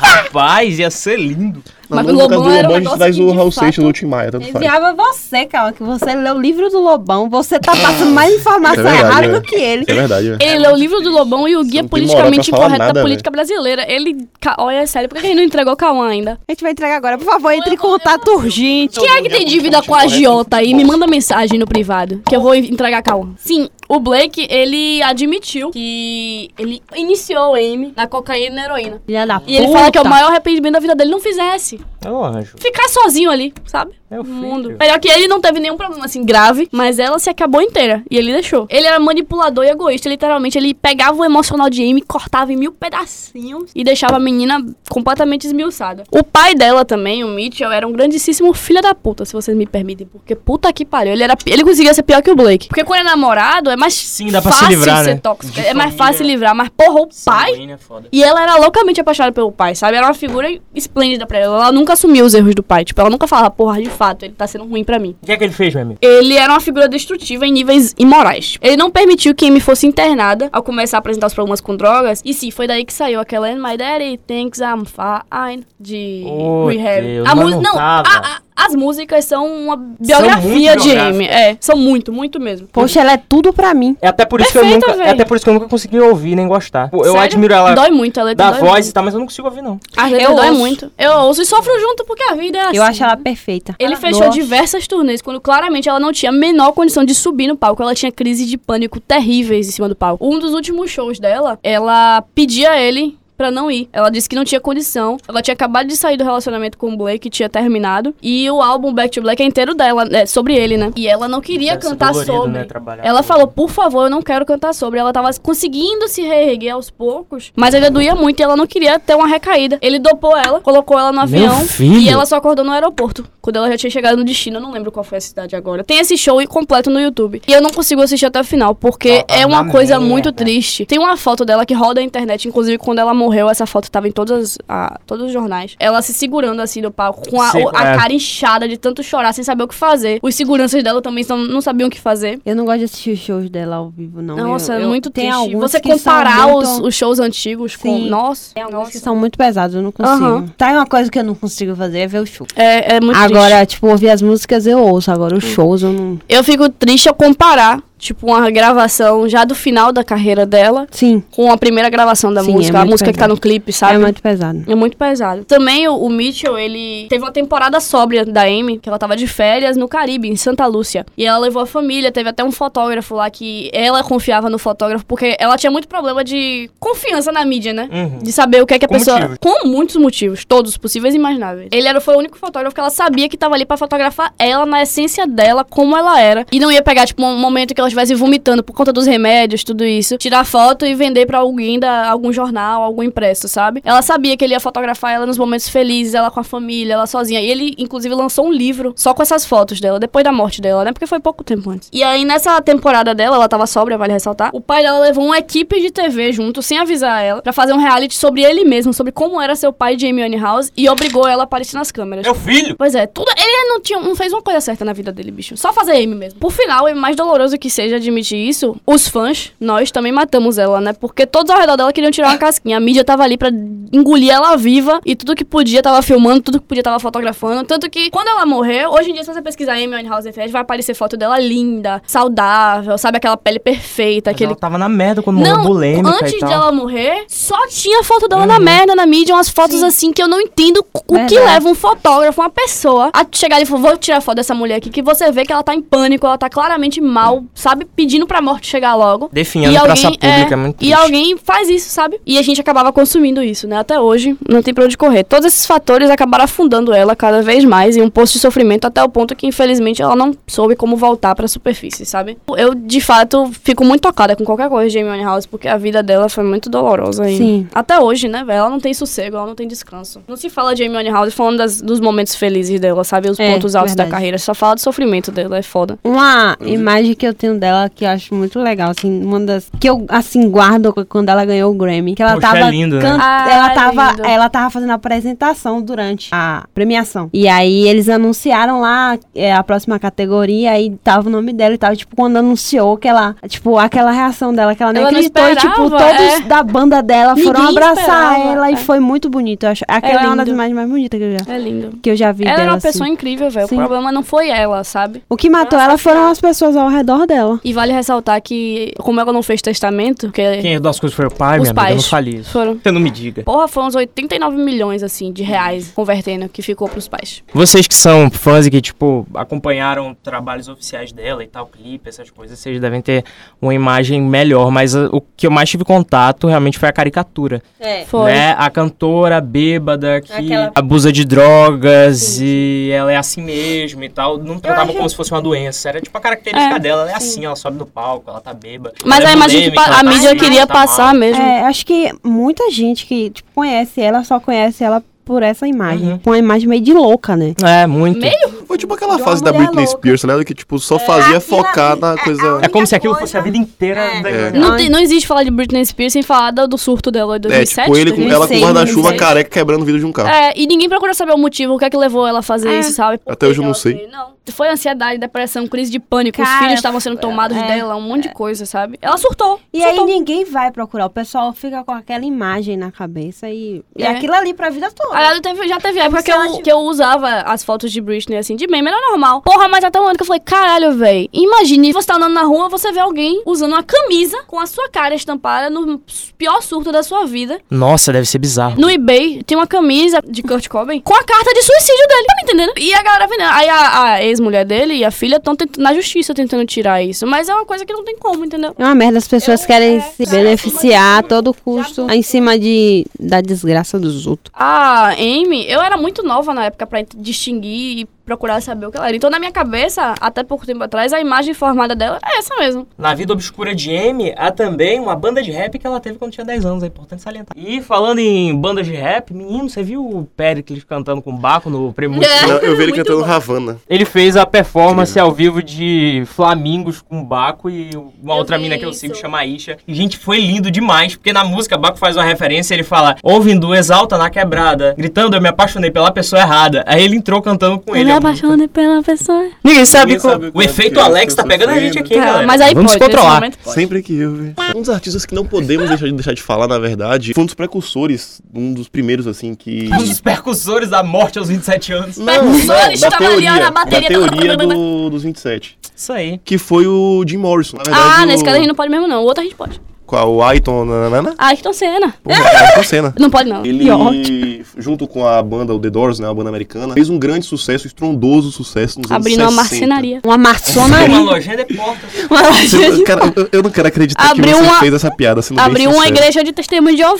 S4: Rapaz, ia ser lindo.
S5: Mas
S2: Na
S5: o
S2: música
S5: Lobão
S2: do
S5: era um
S2: Lobão a gente
S5: negócio
S2: traz
S5: que,
S2: o
S5: de
S2: Raul
S5: fato,
S2: Seixas do Tim Maia, tanto faz.
S1: Enviava você, Calma, que você leu o livro do Lobão. Você tá passando mais informação
S2: É verdade,
S1: errada
S2: né?
S1: do que ele.
S2: Isso é verdade, velho.
S5: Ele leu o livro do Lobão e o guia
S2: Não tem moral
S5: politicamente
S2: pra falar
S5: incorreto da
S4: né?
S2: nada,
S5: política brasileira. Ele. Ca- Olha, é sério, por que ele não entregou o Cauã ainda?
S1: A gente vai entregar agora. Por favor, entre em contato urgente.
S5: Quem é que tem dívida com a agiota aí? Me manda mensagem no privado, que eu vou entregar Cauã. Sim, o Blake, ele admitiu que ele iniciou o M na cocaína e na heroína.
S1: Filha da
S5: E ele fala que é o maior arrependimento da vida dele não fizesse.
S4: Eu É anjo.
S5: Ficar sozinho ali, sabe?
S4: Meu
S5: No
S4: filho.
S5: mundo. Melhor que ele não teve nenhum problema assim grave, mas ela se acabou inteira. E ele deixou. Ele era manipulador e egoísta, literalmente. Ele pegava o emocional de Amy, cortava em mil pedacinhos e deixava a menina completamente esmiuçada. O pai dela também, o Mitchell, era um grandíssimo filho da puta, se vocês me permitem. Porque puta que pariu. Ele, era, ele conseguia ser pior que o Blake. Porque quando é namorado, é mais
S4: Sim, dá pra se
S5: fácil
S4: livrar,
S5: ser
S4: né?
S5: tóxico.
S4: De
S5: É mais
S4: família.
S5: fácil livrar. Mas, porra, o pai
S4: Sanguíneo é foda.
S5: e ela era loucamente apaixonada pelo pai, sabe? Era uma figura esplêndida pra ela. Ela nunca assumiu os erros do pai. Tipo, ela nunca falava, porra, de fato, ele tá sendo ruim pra mim.
S4: O que é que ele fez, meu amigo?
S5: Ele era uma figura destrutiva em níveis imorais. Ele não permitiu que Amy fosse internada ao começar a apresentar os problemas com drogas. E sim, foi daí que saiu aquela And My Daddy Thinks I'm Fine de
S4: Oh,
S5: Rehab.
S4: Deus,
S5: a
S4: mas
S5: música.
S4: não
S5: Não,
S4: tava.
S5: a, a- As músicas são uma biografia de
S6: biográficas.
S5: Amy. É, são muito, muito mesmo.
S1: Poxa, ela é tudo pra mim.
S4: É até por isso
S5: Perfeita,
S4: que eu nunca, é
S5: véi.
S4: até por isso que eu nunca consegui ouvir nem gostar. Pô, Eu
S5: Sério?
S4: admiro ela
S5: Dói muito, a letra
S4: da
S5: dói
S4: voz e
S5: muito.
S4: tal, mas eu não consigo ouvir não.
S5: A letra
S3: Eu
S5: dói
S3: ouço.
S5: muito. Eu ouço e sofro junto porque a vida é assim.
S1: Eu acho ela perfeita.
S5: Ele
S1: Ah,
S5: fechou
S1: nossa.
S5: diversas turnês quando claramente ela não tinha a menor condição de subir no palco. Ela tinha crise de pânico terríveis em cima do palco. Um dos últimos shows dela, ela pedia a ele pra não ir. Ela disse que não tinha condição. Ela tinha acabado de sair do relacionamento com o Blake, tinha terminado. E o álbum Back to Black é inteiro dela, é sobre ele, né? E ela não queria
S4: Deve ser
S5: cantar
S4: dolorido,
S5: sobre.
S4: né, trabalhar
S5: ela
S4: com-
S5: falou, por favor, eu não quero cantar sobre. Ela tava conseguindo se reerguer aos poucos, mas ainda doía muito e ela não queria ter uma recaída. Ele dopou ela, colocou ela no
S4: Meu
S5: avião
S4: filho!
S5: e ela só acordou no aeroporto, quando ela já tinha chegado no destino. Eu não lembro qual foi a cidade agora. Tem esse show completo no YouTube. E eu não consigo assistir até o final, porque
S4: Tá
S5: é uma
S4: na
S5: coisa
S4: merda.
S5: muito triste. Tem uma foto dela que roda a internet, inclusive quando ela morreu, essa foto tava em todas, as- a- todos os jornais. Ela se segurando assim no palco, com a,
S4: Sei
S5: o- a
S4: qual é.
S5: cara inchada de tanto chorar, sem saber o que fazer. Os seguranças dela também são- não sabiam o que fazer.
S1: Eu não gosto de assistir os shows dela ao vivo, não.
S5: Nossa,
S1: eu,
S5: é
S1: eu-
S5: muito
S1: tem
S5: triste.
S1: alguns
S5: Você
S1: que são
S5: comparar
S1: muito-
S5: os, os shows antigos com.
S1: Sim.
S5: Nossa.
S1: alguns que são muito pesados, eu não consigo.
S5: Aham.
S1: Tá uma coisa que eu não consigo fazer é ver o show.
S5: É, é muito Hum.
S1: agora, tipo, ouvir as músicas eu ouço, agora os shows eu não.
S5: Eu fico triste ao comparar, tipo, uma gravação já do final da carreira dela
S1: Sim,
S5: com a primeira gravação da
S1: Sim,
S5: música,
S1: é
S5: a
S1: muito
S5: música que tá
S1: pesado.
S5: no clipe, sabe?
S1: é muito pesado.
S5: É muito pesado. Também o, o Mitchell, ele teve uma temporada sóbria da Amy, que ela tava de férias no Caribe, em Santa Lúcia. E ela levou a família, teve até um fotógrafo lá que ela confiava no fotógrafo, porque ela tinha muito problema de confiança na mídia, né?
S4: Uhum.
S5: De saber o que é que a
S4: Com
S5: pessoa.
S4: motivos.
S5: Com muitos motivos, todos possíveis e imagináveis. Ele era, foi o único fotógrafo que ela sabia que tava ali pra fotografar ela na essência dela, como ela era. E não ia pegar, tipo, um momento que ela estivesse vomitando por conta dos remédios, tudo isso. Tirar foto e vender pra alguém da algum jornal, algum impresso, sabe? Ela sabia que ele ia fotografar ela nos momentos felizes, ela com a família, ela sozinha. E ele, inclusive, lançou um livro só com essas fotos dela, depois da morte dela, né? Porque foi pouco tempo antes. E aí, nessa temporada dela, ela tava sóbria, vale ressaltar. O pai dela levou uma equipe de TV junto, sem avisar ela, pra fazer um reality sobre ele mesmo, sobre como era seu pai, Jamie House, e obrigou ela a aparecer nas câmeras.
S4: Meu filho.
S5: Pois é, tudo. Ele não, tinha, não fez uma coisa certa na vida dele, bicho. Só fazer M mesmo. Por final, e mais doloroso que seja admitir isso, os fãs, nós também matamos ela, né? Porque todos ao redor dela queriam tirar uma casquinha. A mídia tava ali pra engolir ela viva e tudo que podia tava filmando, tudo que podia tava fotografando. Tanto que quando ela morreu, hoje em dia, se você pesquisar Amy Winehouse Effect, vai aparecer foto dela linda, saudável, sabe? Aquela pele perfeita,
S4: Mas
S5: aquele
S4: Ela tava na merda quando morreu
S5: não,
S4: bulêmica
S5: antes
S4: e tal. Uhum.
S5: dela morrer, só tinha foto dela na merda, na mídia, umas fotos assim que eu não entendo o que
S1: Verdade.
S5: leva um fotógrafo, uma pessoa, a chegar ali e falar, vou tirar foto dessa mulher aqui, que você vê que ela tá em pânico, ela tá claramente mal, sabe? Pedindo pra morte chegar logo.
S4: Definhando praça pública, é muito
S5: E
S4: triste.
S5: alguém faz isso, sabe? E a gente acabava consumindo isso, né? Até hoje, não tem pra onde correr. Todos esses fatores acabaram afundando ela cada vez mais em um poço de sofrimento até o ponto que, infelizmente, ela não soube como voltar pra superfície, sabe? Eu, de fato, fico muito tocada com qualquer coisa de Amy House, porque a vida dela foi muito dolorosa ainda.
S1: Sim.
S5: Até hoje, né, velho? Ela não tem sossego, ela não tem descanso. Não se fala de Amy House falando das- dos momentos felizes dela, sabe? Os
S1: É,
S5: pontos altos da
S1: verdade.
S5: carreira. Só fala do sofrimento dela, é foda.
S1: Uma imagem que eu tenho dela que eu acho muito legal, assim, uma das que eu assim guardo quando ela ganhou o Grammy, que ela
S4: Poxa,
S1: tava
S4: é lindo, né?
S1: can-
S5: Ah,
S1: ela
S5: é
S1: tava,
S5: lindo.
S1: ela tava fazendo a apresentação durante a premiação. E aí eles anunciaram lá é, a próxima categoria e tava o nome dela e tal, tipo, quando anunciou que ela, tipo, aquela reação dela que ela nem
S5: Ela não
S1: acreditou e tipo,
S5: esperava,
S1: todos
S5: é.
S1: da banda dela foram
S5: Ninguém
S1: abraçar
S5: esperava,
S1: ela
S5: é.
S1: e foi muito bonito, eu acho. Aquela é, uma das
S5: lindo.
S1: imagens mais bonitas que eu já
S5: É lindo.
S1: que eu já vi
S5: Ela
S1: dela.
S5: era uma
S1: assim.
S5: pessoa incrível, velho. O
S1: Sim.
S5: problema não foi ela, sabe?
S1: O que matou ela foram as pessoas ao redor dela.
S5: E vale ressaltar que, como ela não fez testamento, que
S4: Quem herdou as coisas foi o pai,
S5: Os
S4: minha amiga, eu não
S5: pais.
S4: fale isso.
S5: foram.
S4: Você não me diga.
S5: Porra, foram uns 89 milhões, assim, de reais convertendo que ficou pros pais.
S4: Vocês que são fãs e que, tipo, acompanharam trabalhos oficiais dela e tal, clipe, essas coisas, vocês devem ter uma imagem melhor, mas ah, o que eu mais tive contato realmente foi a caricatura.
S1: É.
S5: Foi.
S4: Né? A cantora bêbada que
S1: Aquela-
S4: abusa de drogas e ela é assim mesmo e tal. Não tratava como se fosse uma doença. Era tipo a característica
S5: É,
S4: dela. Ela é assim, ela sobe no palco, ela tá bêbada.
S5: Mas
S4: ela
S5: a
S4: é
S5: imagem que
S4: bulêmica,
S5: pa-
S4: ela
S5: a
S4: tá
S5: mídia
S4: assim,
S5: queria
S4: ela tá mal.
S5: passar mesmo.
S1: É, acho que muita gente que tipo, conhece ela só conhece ela por essa imagem.
S4: Uhum.
S1: Com uma imagem meio de louca, né?
S4: É, muito.
S2: Foi tipo aquela
S1: Deu uma
S2: fase da
S1: mulher
S2: Britney
S1: louca.
S2: Spears, tá ligado? Que tipo, só fazia focar na coisa.
S4: É como se aquilo fosse a vida inteira da
S2: É.
S4: Gaga.
S5: Não, tem- não existe falar de Britney Spears sem falar do, do surto dela em
S2: É,
S5: 2007.
S2: tipo, ele com, ela com
S1: 2006,
S2: guarda-chuva
S5: 2006.
S2: careca quebrando o vidro de um carro.
S5: É, e ninguém procura saber o motivo, o que é que levou ela a fazer isso, sabe?
S2: Até hoje eu não
S5: Ela
S2: sei.
S5: fez- Não. Foi ansiedade, depressão, crise de pânico, os
S1: Cara,
S5: filhos estavam sendo tomados
S1: é,
S5: dela, um monte de coisa, sabe? Ela surtou.
S1: E aí
S5: surtou.
S1: ninguém vai procurar. O pessoal fica com aquela imagem na cabeça e. E
S5: É. Ah,
S1: aquilo ali pra vida toda.
S5: Aliás, eu teve- já teve época
S3: se
S5: que eu,
S3: ela tivesse-
S5: que eu usava as fotos de Britney assim, de meme, era normal. Porra, mas até um ano que eu falei, caralho, véi. Imagine você tá andando na rua, você vê alguém usando uma camisa com a sua cara estampada no pior surto da sua vida.
S4: Nossa, deve ser bizarro.
S5: No eBay tem uma camisa de Kurt Cobain com a carta de suicídio dele. Tá me entendendo? E a galera vendendo. Aí a, a ex-mulher dele e a filha estão na justiça tentando tirar isso. Mas é uma coisa que não tem como, entendeu?
S1: É uma merda, as pessoas querem
S5: é,
S1: se
S5: cara,
S1: beneficiar a
S5: mas-
S1: todo custo em cima de, da desgraça dos outros.
S5: A Amy, eu era muito nova na época pra ent- distinguir e procurar saber o que ela era. Então, na minha cabeça, até pouco tempo atrás, a imagem formada dela é essa mesmo.
S6: Na vida obscura de Amy, há também uma banda de rap que ela teve quando tinha 10 anos, é importante salientar. E falando em bandas de rap, menino, você viu o Pericles cantando com o Baco no Prêmio Multishow?
S2: Não, eu vi ele
S5: Muito
S2: cantando
S5: bom.
S2: Havana.
S4: Ele fez a performance ao vivo de Flamingos com Baco e uma
S5: Eu
S4: outra
S5: vi
S4: mina que eu
S5: isso.
S4: sigo chama
S6: chama Isha. E, gente, foi lindo demais, porque na música Baco faz uma referência, ele fala, ouvindo exalta na quebrada, gritando, eu me apaixonei pela pessoa errada. Aí ele entrou cantando com ele. é a música.
S5: pela pessoa.
S4: Ninguém sabe
S2: Ninguém
S4: como.
S2: sabe
S6: O
S2: quanto que
S6: efeito
S2: eu
S6: Alex tá
S2: tô
S6: pegando a
S2: sofrendo.
S6: gente aqui, hein,
S2: é?
S6: galera.
S5: mas aí
S4: Vamos
S5: pode, nesse
S4: controlar.
S5: momento pode.
S2: Sempre que eu vi. Um dos artistas que não podemos deixar de, deixar de falar, na verdade, foi um dos precursores, um dos primeiros, assim, que.
S6: Um dos percursores da morte aos 27 anos.
S5: precursores,
S2: da
S5: tava ali, ó,
S2: teoria,
S5: na bateria,
S2: da teoria do, dos 27.
S6: Isso aí.
S2: Que foi o Jim Morrison. Na verdade,
S5: Ah,
S2: o...
S5: nesse caso a gente não pode mesmo, não. O outro a gente pode.
S2: Qual? O Aiton. Nanana?
S5: Ah, então cena.
S2: Pô, Ayrton Senna.
S5: Não pode, não.
S2: Ele, junto com a banda o The Doors, né, a banda americana, fez um grande sucesso, estrondoso sucesso nos anos 60.
S5: Abrindo uma marcenaria.
S1: Uma
S4: é
S6: Uma
S1: maçonaria.
S6: lojinha de porta.
S2: Você- cara, eu, eu não quero acreditar
S5: Abriu
S2: que você
S5: uma-
S2: fez essa piada, sendo bem
S5: Abriu uma
S2: sincero.
S5: igreja de testemunho de Jeová.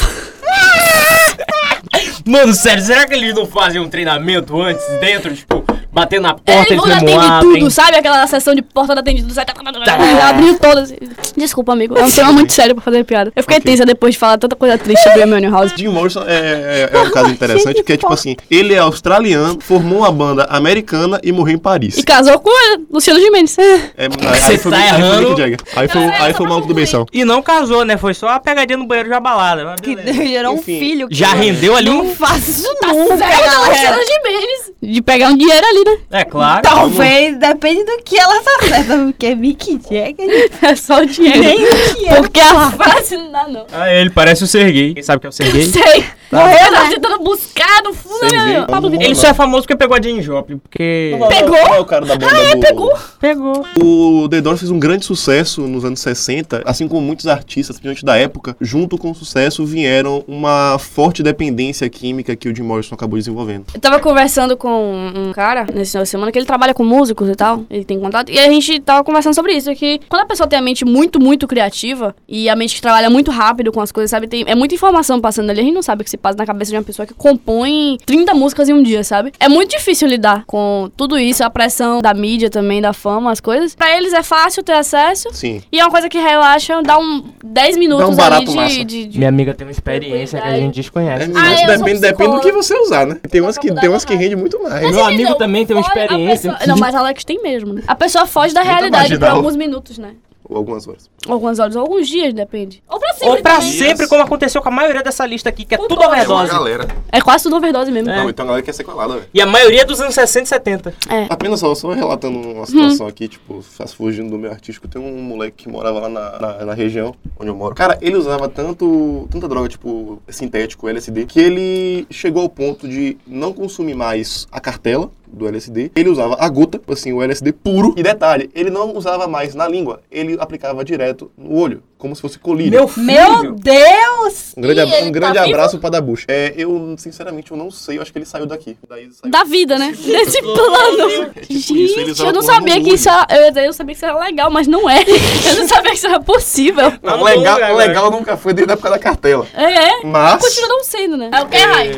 S6: Mano, sério, será que eles não fazem um treinamento antes, dentro, tipo, bater na
S4: É,
S6: porta, eles
S5: Ele não
S6: não
S5: atende
S6: abrem?
S5: tudo, sabe? Aquela sessão de porta da atendida do tá, site. Abriu todas. Desculpa, amigo. É um tema muito sério pra fazer piada. Eu fiquei
S2: Ok.
S5: tensa depois de falar tanta coisa triste sobre a Money House.
S2: Jim Morrison é, é- é um caso interessante, porque, tipo assim, ele é australiano, formou uma banda americana e morreu em Paris.
S5: E casou com a Luciano Gimenez.
S2: É, aí,
S6: Você
S2: aí foi,
S6: tá
S2: aí foi
S6: errando.
S2: Mick Jagger. Aí foi,
S5: Galera,
S2: aí
S5: só
S2: foi o maluco do
S5: pra
S2: Benção.
S6: E não casou, né? Foi só a pegadinha no banheiro já balada. mas
S1: Que
S6: beleza.
S1: gerou um
S2: Enfim,
S1: filho. que
S4: Já
S1: eu
S4: rendeu ali
S1: Não
S4: um.
S1: faço isso
S5: Tá
S1: nunca, galera.
S5: Luciano Gimenez. é De pegar um dinheiro ali, né?
S6: É claro.
S1: Talvez, depende do que ela tá certa, porque Mick Jagger
S5: É só o dinheiro.
S1: nem o que é.
S5: Porque a frase não dá, não.
S6: Ah, ele parece o Serguei. Quem sabe que é o Serguei?
S5: Sei. Tá. Morreu, tava tentando buscar no fundo né? da minha
S2: Serguei,
S5: alma. Pablo
S2: vamos
S5: Vittar.
S6: Ele só é famoso porque pegou a Jane Joplin, porque...
S5: Pegou?
S2: Qual é o cara da banda ah, é,
S5: pegou.
S6: Pegou.
S2: O The Doors fez um grande sucesso nos anos 60, assim como muitos artistas, principalmente da época. Junto com o sucesso vieram uma forte dependência química que o Jim Morrison acabou desenvolvendo.
S5: Eu tava conversando com um cara nesse final de semana que ele trabalha com músicos e tal, ele tem contato, e a gente tava conversando sobre isso, que quando a pessoa tem a mente muito, muito criativa e a mente que trabalha muito rápido com as coisas, sabe? Tem, é muita informação passando ali, a gente não sabe o que se passa na cabeça de uma pessoa que compõe 30 músicas em um dia, sabe? É muito difícil lidar com tudo isso, a pressão da mídia também, da fama, as coisas. Pra eles é fácil ter acesso
S2: Sim.
S5: e é uma coisa que relaxa, dá um 10 minutos
S2: barato
S5: ali
S2: massa.
S5: de- de, de
S4: Minha amiga tem uma experiência que a gente desconhece.
S5: Ah, eu sou
S2: depende, depende do que
S5: psicóloga.
S2: você usar, né? Tem umas que, tem umas que rende muito mais.
S5: é-
S4: Meu amigo também tem uma
S5: Fora a
S4: experiência.
S5: pessoa- Não, mas Alex tem mesmo, né? A pessoa foge da realidade por
S2: marginal.
S5: alguns minutos, né?
S2: Ou algumas horas.
S5: Algumas horas, ou alguns dias, depende. Ou pra sempre.
S6: Ou pra
S5: também.
S6: sempre, como aconteceu com a maioria dessa lista aqui, que é
S5: Com
S6: tudo
S5: todas.
S6: overdose.
S2: galera.
S5: É quase tudo overdose mesmo.
S6: É.
S2: Não, então a galera quer ser colada, velho.
S6: E a maioria dos anos 60 e 70.
S2: Apenas só, só relatando
S5: Uhum.
S2: uma situação aqui, tipo, faz- fugindo do meu artístico, tem um moleque que morava lá na, na, na região onde eu moro. Cara, ele usava tanto, tanta droga, tipo, sintético, LSD, que ele chegou ao ponto de não consumir mais a cartela do LSD. Ele usava a gota, tipo assim, o LSD puro. E detalhe, ele não usava mais na língua, ele aplicava direto no olho, como se fosse colírio.
S6: filho.
S1: Meu Deus!
S2: Um grande,
S5: Ih,
S2: ab-
S5: ele
S2: um grande
S5: tá vivo?
S2: abraço para Dabush. É, eu, sinceramente, eu não sei, eu acho que ele saiu daqui. Daí saiu.
S5: Da vida, né? Nesse plano.
S2: É tipo isso, ele
S5: Gente,
S2: usava
S5: eu não
S2: porra no
S5: sabia que
S2: olho.
S5: isso era. Eu, ia dizer, eu sabia que isso era legal, mas não é. Eu não sabia que isso era possível.
S2: Não,
S6: Não,
S2: legal,
S6: não,
S2: legal nunca foi desde a época da cartela.
S5: É, é.
S2: Mas.
S5: Continua não sendo, né? É o que, Rai?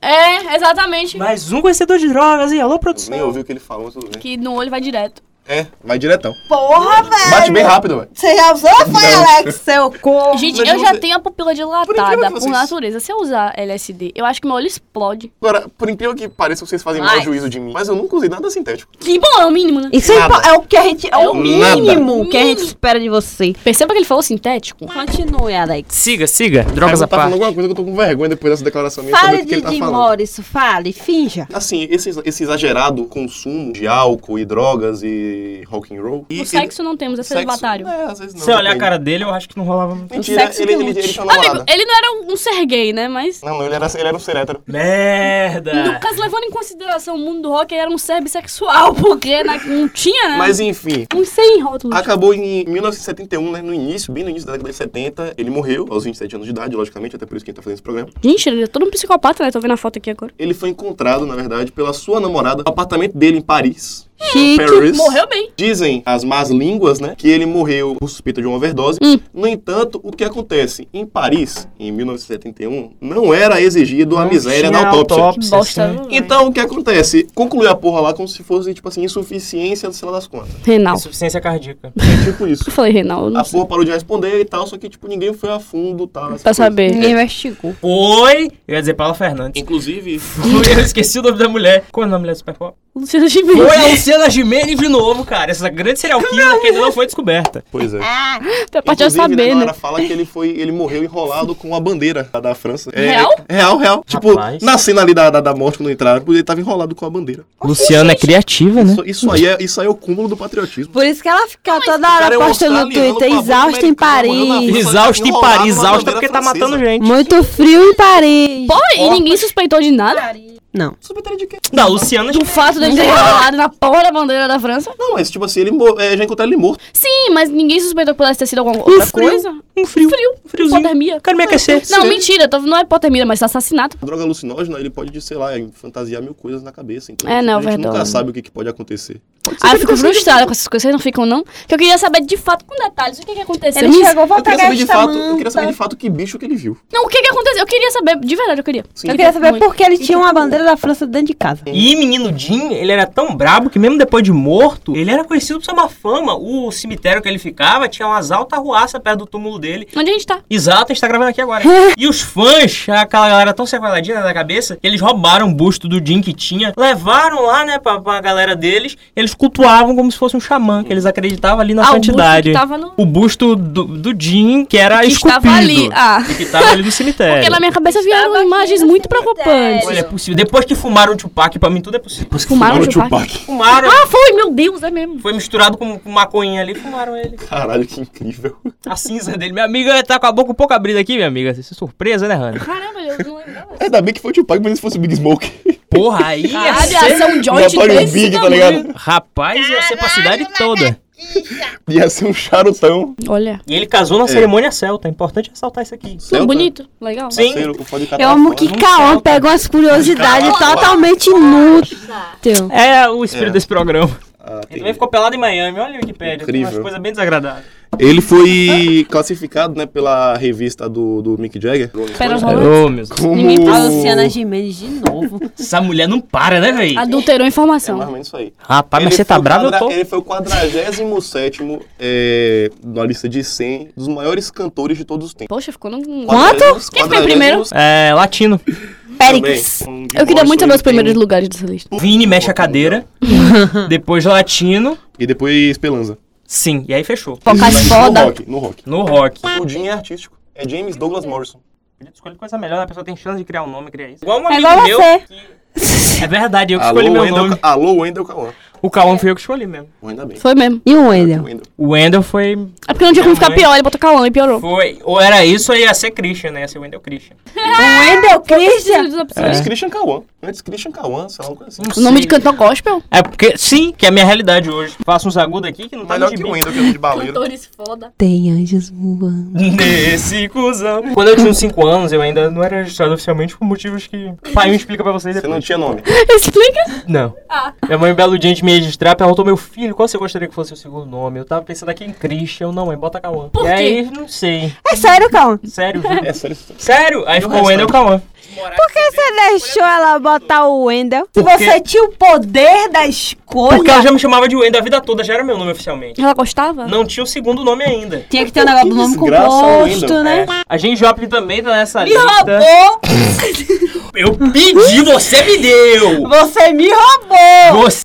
S2: é,
S5: É, exatamente.
S6: Mais um conhecedor de drogas e alô,
S2: nem
S6: produção.
S2: ouvi o que ele falou, mas tudo bem.
S5: Que no olho vai direto.
S2: É, vai diretão.
S3: Porra, velho.
S2: Bate bem rápido, velho.
S3: Você já usou, foi, Alex? Seu corpo.
S5: Gente,
S2: Mas
S5: eu já
S2: você-
S5: tenho a pupila
S2: Por incrível
S5: dilatada
S2: que
S5: por
S2: vocês-
S5: natureza. Se eu usar LSD, eu acho que meu olho explode.
S2: Agora, por incrível que pareça, vocês fazem mau
S3: Mas-
S2: juízo de mim, mas eu nunca usei nada sintético.
S5: Que bom, é o mínimo, né?
S1: Isso é,
S2: Nada.
S1: impo- é o que a gente. É o
S2: Nada.
S1: mínimo que a gente espera de você.
S5: Perceba que ele falou sintético.
S1: Hum. Continue, Alex.
S4: Siga, siga. Drogas à
S2: Aí eu vou tá falando
S4: parte.
S2: alguma coisa que eu tô com vergonha depois dessa declaração minha. saber
S1: Fale
S2: o que
S1: de
S2: ele tá
S1: Jim
S2: falando.
S1: Morrison, fale, finja.
S2: Assim, esse, esse exagerado consumo de álcool e drogas e rock and roll. E
S5: No sexo não temos, é
S2: sexo-
S5: celibatário.
S2: É, às vezes não.
S4: Se eu olhar a
S2: depende.
S4: cara dele, eu acho que não rolava muito.
S2: Mentira,
S1: sexo
S2: ele,
S1: que
S2: ele, ele,
S1: lute.
S2: tinha namorada.
S5: Amigo, ele não era um- um ser gay, né? Mas...
S2: Não, não, ele era, ele era um ser hétero. É.
S4: Merda!
S5: Lucas, levando em consideração o mundo do rock, ele era um ser bissexual, porque na- não tinha, né?
S2: Mas enfim,
S5: Um sem rótulos.
S2: Acabou em 1971, né? No início, bem no início da década de 70. Ele morreu aos 27 anos de idade, logicamente, até por isso que a gente tá fazendo esse programa.
S5: Gente, ele é todo um psicopata, né? Tô vendo a foto aqui agora.
S2: Ele foi encontrado, na verdade, pela sua namorada no apartamento dele em Paris.
S1: Chique.
S2: Paris.
S5: Morreu bem.
S2: Dizem as más línguas, né? Que ele morreu por suspeita de uma overdose.
S5: Hum.
S2: No entanto, o que acontece? Em Paris, em 1971, não era exigido a miséria
S5: é
S2: na autópsia.
S5: Que bosta.
S2: Então, o que acontece? Concluiu a porra lá como se fosse, tipo assim, insuficiência, sei lá das contas.
S5: Renal.
S4: Insuficiência cardíaca.
S2: É tipo isso.
S5: Eu falei renal, eu não
S2: A
S5: sei.
S2: porra parou de responder e tal, só que, tipo, ninguém foi a fundo, tal. essas
S5: Pra
S2: coisas. É,
S5: saber.
S1: Ninguém investigou.
S4: Foi. Eu ia dizer Paula Fernandes.
S2: Inclusive,
S4: Eu esqueci o nome da mulher. Qual é o nome da mulher do Super Pop?
S5: Luciano Gimenez.
S4: Foi a Luciana Gimenez de novo, cara. Essa grande serial killer que ainda não foi descoberta.
S2: pois é.
S5: Pra parte eu
S2: Inclusive,
S5: saber,
S2: né,
S5: né?
S2: Nora fala que ele foi, ele morreu enrolado com a bandeira da- da França. É,
S5: Real?
S2: Real, real. Tipo,
S4: Rapaz.
S2: na cena ali da, da, da morte quando entraram, ele tava enrolado com a bandeira.
S4: Luciana é criativa, né?
S2: Isso, isso aí é, isso aí é o cúmulo do patriotismo.
S1: Por isso que ela fica toda hora
S2: cara é um
S1: postando no
S2: australiano,
S1: Twitter,
S2: pavão
S1: exausta em
S2: americano, morreu
S1: Paris.
S2: na-
S4: Exausta em
S2: Enrolado na
S4: Paris, exausta
S2: bandeira
S4: porque tá
S2: francesa.
S4: matando gente.
S1: Muito frio em Paris.
S5: Pô, e ninguém suspeitou de nada
S1: Não.
S2: Subterrâneo é de quê?
S4: Da Luciana é um
S5: do fato de ele ter rolado na porra da bandeira da França.
S2: Não, mas tipo assim, ele mo- é, já encontraram ele morto.
S5: Sim, mas ninguém suspeitou que pudesse ter sido alguma outra
S4: frio.
S5: coisa.
S4: Um frio.
S5: Frio,
S4: Friozinho.
S5: hipotermia.
S4: Quero me aquecer.
S5: Não, mentira, tô- não é hipotermia, mas assassinato.
S2: A droga alucinógena, ele pode, sei lá, fantasiar mil coisas na cabeça. Então,
S5: É,
S2: tipo,
S5: não,
S2: a gente nunca
S5: verdade.
S2: sabe o que, que pode acontecer.
S5: Ah, eu fico frustrada com essas coisas, vocês não ficam, não? Que eu queria saber de fato, com detalhes, o que que aconteceu.
S1: Ele
S5: Me-
S1: chegou, vou
S2: Eu queria,
S1: pegar
S2: saber de
S5: tá
S1: esta
S2: fato, eu queria
S1: manta.
S2: saber de fato que bicho que ele viu.
S5: Não, o que que aconteceu? Eu queria saber, de verdade, eu queria.
S2: Sim.
S1: Eu queria saber
S5: Muito.
S1: por que ele tinha uma bandeira da França dentro de casa.
S4: E menino Jim, ele era tão brabo que mesmo depois de morto, ele era conhecido por ser uma fama. O cemitério que ele ficava tinha umas altas ruaças perto do túmulo dele.
S5: Onde a gente tá?
S4: Exato, a gente tá gravando aqui agora. E os fãs, aquela galera tão sequeladinha da cabeça, eles roubaram o busto do Jim que tinha, levaram lá, né, pra, pra galera deles, eles cultuavam como se fosse um xamã, que eles acreditavam ali na
S5: Ah, o busto
S4: santidade.
S5: que tava no...
S4: O busto do, do Jim, que era
S5: que
S4: Tá esculpido.
S5: estava ali. Ah,
S4: e Que tava ali no cemitério.
S5: porque na minha cabeça vieram
S3: Estava aqui
S5: imagens
S3: no
S5: muito
S3: cemitério.
S5: preocupantes.
S4: Olha, é possível. Depois que fumaram o Tupac, pra mim tudo é possível. Depois que
S5: Fumaram
S2: Olha
S5: o Tupac.
S4: fumaram,
S5: Ah, foi, meu Deus, é mesmo.
S4: foi misturado com, com maconha ali, fumaram ele.
S2: Caralho, que incrível.
S4: A cinza dele. Minha amiga tá com a boca um pouco abrida aqui, minha amiga. Você surpresa, né, Hannah?
S5: Caramba, eu não lembrava.
S2: Ainda bem que foi o Tupac, mas se fosse o Big Smoke.
S4: Porra, aí é ia
S5: Caralho,
S4: ser-
S5: ação é um joint
S2: Notório
S5: desse
S2: Big, tá
S5: tamanho.
S2: ligado?
S4: Rapaz, ia ser pra cidade toda.
S2: Ia ser um charutão.
S5: Olha,
S4: E ele casou na
S2: É.
S4: cerimônia celta. É importante ressaltar isso aqui.
S5: tudo bonito, legal.
S4: Sim.
S2: Parceiro, o tá pó de
S1: Eu amo que
S2: catafora.
S1: Kaon pegou as curiosidades totalmente inúteis.
S4: É o espírito
S2: É.
S4: desse programa.
S2: Ah, tem-
S4: Ele também ficou pelado em Miami. Olha o Wikipedia. Tem umas
S2: Incrível.
S4: coisas bem desagradáveis.
S2: Ele foi classificado, né, pela revista do, do Mick Jagger.
S5: Pera, rolou.
S4: Ô, meu Deus.
S2: Como...
S5: Ninguém tá
S1: A Luciana Gimenez de novo.
S4: Essa mulher não para, né, velho?
S5: Adulterou
S2: É mais ou
S5: informação.
S2: menos isso aí.
S4: Rapaz, mas
S2: Ele
S4: você tá
S2: foi o
S4: bravo, eu
S2: quadra-
S4: tô.
S2: Ele foi o 47 é, na lista de 100 dos maiores cantores de todos os tempos.
S5: Poxa, ficou num...
S2: Quanto?
S5: Quem foi primeiro?
S4: É, latino.
S5: Péricles. Eu queria muito saber os primeiros lugares dessa lista.
S4: Vini mexe a cadeira. depois latino.
S2: E depois Pelanza.
S4: Sim, e aí fechou.
S5: Focas
S2: No
S5: foda.
S2: rock, no rock.
S4: No rock.
S2: O Jim é artístico. É James Douglas Morrison.
S4: Podia escolher coisa melhor, né? a pessoa tem chance de criar um nome, criar isso. Igual um
S1: É
S4: amigo
S1: igual
S4: meu.
S1: você.
S4: É verdade, eu que
S2: Alô,
S4: escolhi meu
S2: Wendell
S4: nome.
S2: Ca- Alô, Wendell Cauã.
S4: O Cauã foi eu que escolhi mesmo.
S2: Pô, Ainda bem.
S5: Foi mesmo.
S1: E o Wendel?
S2: Wendell.
S4: O Wendel foi.
S5: É porque não tinha como ficar pior, ele botou Cauã e piorou.
S4: Foi. Ou era isso ou ia ser Christian, né? Ia ser Wendel Christian.
S1: Wendel Ah, Christian?
S4: É.
S2: Antes Christian Cauã. Antes Christian Cauã, sei lá, uma coisa assim.
S5: O nome de cantor gospel?
S4: É porque, sim, que é a minha realidade hoje. Faço uns agudos aqui que não tá
S2: Melhor
S4: no
S2: que
S4: gibi.
S2: o Wendell, que é de baleiro.
S5: foda.
S1: Tem anjos voando.
S4: Nesse cuzão. Quando eu tinha uns 5 anos, eu ainda não era registrado oficialmente por motivos que. Pai, me explica pra vocês
S2: Você não
S4: depois.
S2: tinha nome.
S5: Explica.
S4: Não.
S5: Ah.
S4: Minha mãe, um belo dia de me registrar, perguntou meu filho qual você gostaria que fosse o segundo nome. Eu tava pensando aqui em Christian. Eu, Não, mãe, bota Cauã.
S5: Por
S4: e
S5: quê?
S4: aí, não sei.
S1: É sério, Cauã?
S4: Sério,
S2: É sério. isso tá-
S4: Sério? Aí ficou o
S2: resto,
S4: Wendel
S2: né?
S4: Cauã.
S6: morar
S1: Por que você deixou ela botar o Wendel?
S3: Se você tinha o poder da escolha.
S4: Porque ela já me chamava de Wendel a vida toda, já era meu nome oficialmente.
S5: Ela gostava?
S4: Não tinha o segundo nome ainda.
S1: Tinha que ter um negócio do nome
S2: desgraça,
S1: composto,
S2: Wendel.
S1: né?
S4: A Jane Joplin também tá nessa
S3: Me
S4: lista.
S3: roubou!
S4: Eu pedi, você me deu!
S3: Você me roubou!
S4: Você...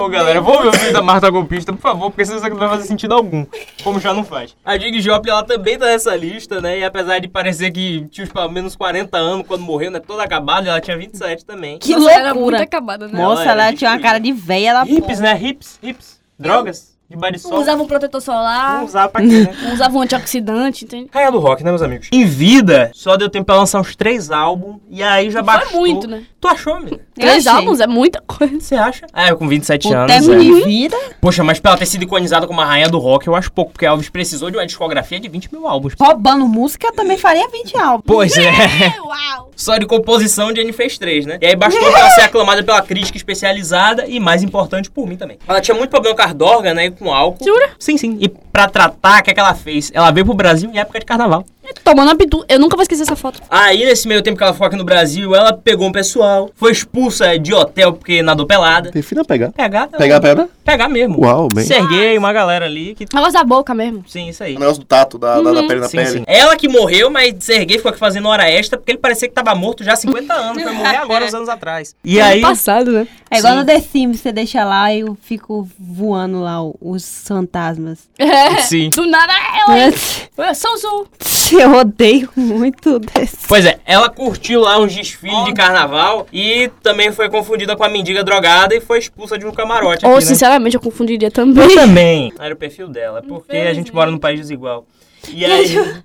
S4: Ô galera, vamos ver o vídeo da Marta Golpista, por favor, porque senão isso aqui não vai fazer sentido algum. Como já não faz. A Jig Joplin, ela também tá nessa lista, né? E apesar de parecer que tinha uns pelo menos 40 anos quando morreu, né? Toda acabada, ela tinha 27 também.
S1: Que
S5: Nossa, ela era muito
S1: loucura.
S5: acabada, né?
S1: Nossa,
S4: Ela era
S1: ela tinha uma
S4: destruída.
S1: cara de véia, ela
S4: Hips, né? Hips, hips. Drogas? De
S5: Não
S4: barisol.
S5: usava um protetor solar,
S4: Não usava pra quê, né?
S5: não usava um antioxidante, entende?
S4: Rainha do rock, né, meus amigos? Em vida, só deu tempo pra lançar uns três álbuns. E aí já
S5: Não foi
S4: baixou.
S5: muito, né?
S4: Tu achou, menina?
S1: Eu
S5: Três
S1: achei.
S5: álbuns é muita coisa.
S4: Você acha? Ah, eu com 27
S1: O
S4: anos.
S1: termo
S4: é.
S1: de vida.
S4: Poxa, mas pra ela ter sido iconizada como a rainha do rock, eu acho pouco, porque Elvis precisou de uma discografia de 20 mil álbuns.
S1: Roubando música, eu também faria 20 álbuns.
S4: Pois é.
S5: Uau!
S4: Só de composição, Jenny fez três, né? E aí bastou pra ela ser aclamada pela crítica especializada e, mais importante, por mim também. Ela tinha muito problema com ardorga, né? E com álcool.
S5: Jura?
S4: Sim, sim. E pra tratar, o que é que ela fez? Ela veio pro Brasil em época de carnaval.
S5: Tomando abdu... Eu nunca vou esquecer essa foto.
S4: Aí, nesse meio tempo que ela ficou aqui no Brasil, ela pegou um pessoal, foi expulsa de hotel porque nadou pelada.
S2: Defina pegar.
S4: Pegar, ela-
S2: Pegar a pedra?
S4: pegar mesmo.
S2: Uau, bem.
S4: Se erguei, uma galera ali que.
S5: Ela gosta da boca mesmo.
S4: Sim, isso aí.
S2: O negócio do tato, da, da- da pele na
S4: Uhum. Sim,
S2: pele.
S4: sim. Ela que morreu, mas Serguei ficou aqui fazendo hora extra porque ele parecia que tava morto já há 50 anos. Foi morrer agora, uns anos atrás. E aí.
S5: Passado, né?
S1: É igual
S4: Sim.
S1: no The Sims, você deixa lá e eu fico voando lá o- os fantasmas.
S5: É.
S4: Sim.
S5: Do nada, ela... Ué, São Zu.
S1: Eu odeio muito The Sims.
S4: Pois é, ela curtiu lá uns desfiles de carnaval e também foi confundida com a mendiga drogada e foi expulsa de um camarote.
S5: Ou,
S4: aqui, né?
S5: sinceramente, eu confundiria também.
S4: Eu também. Era o perfil dela, porque a gente mora num país desigual. E aí.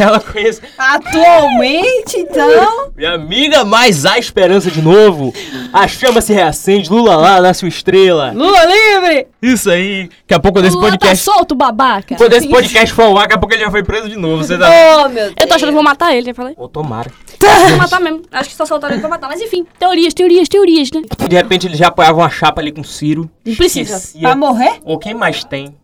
S4: Ela conhece.
S1: Atualmente, então.
S4: Minha amiga, mas há esperança de novo. A chama se reacende, Lula lá, nasce uma estrela.
S1: Lula livre!
S4: Isso aí. Daqui a pouco desse
S5: Lula
S4: podcast.
S5: tá solto, babaca.
S4: Quando esse podcast for ao ar, daqui a pouco ele já foi preso de novo. Você tá.
S1: Oh, meu Deus.
S5: Eu tô achando que vou matar ele, eu falei.
S4: Ô, tomara.
S5: Vou matar mesmo. Acho que só soltaram ele pra matar. Mas enfim, teorias, teorias, teorias, né?
S4: De repente ele já apoiava uma chapa ali com o Ciro.
S5: Não precisa.
S1: Pra
S4: Esquecia.
S1: morrer?
S4: Ou quem mais tem?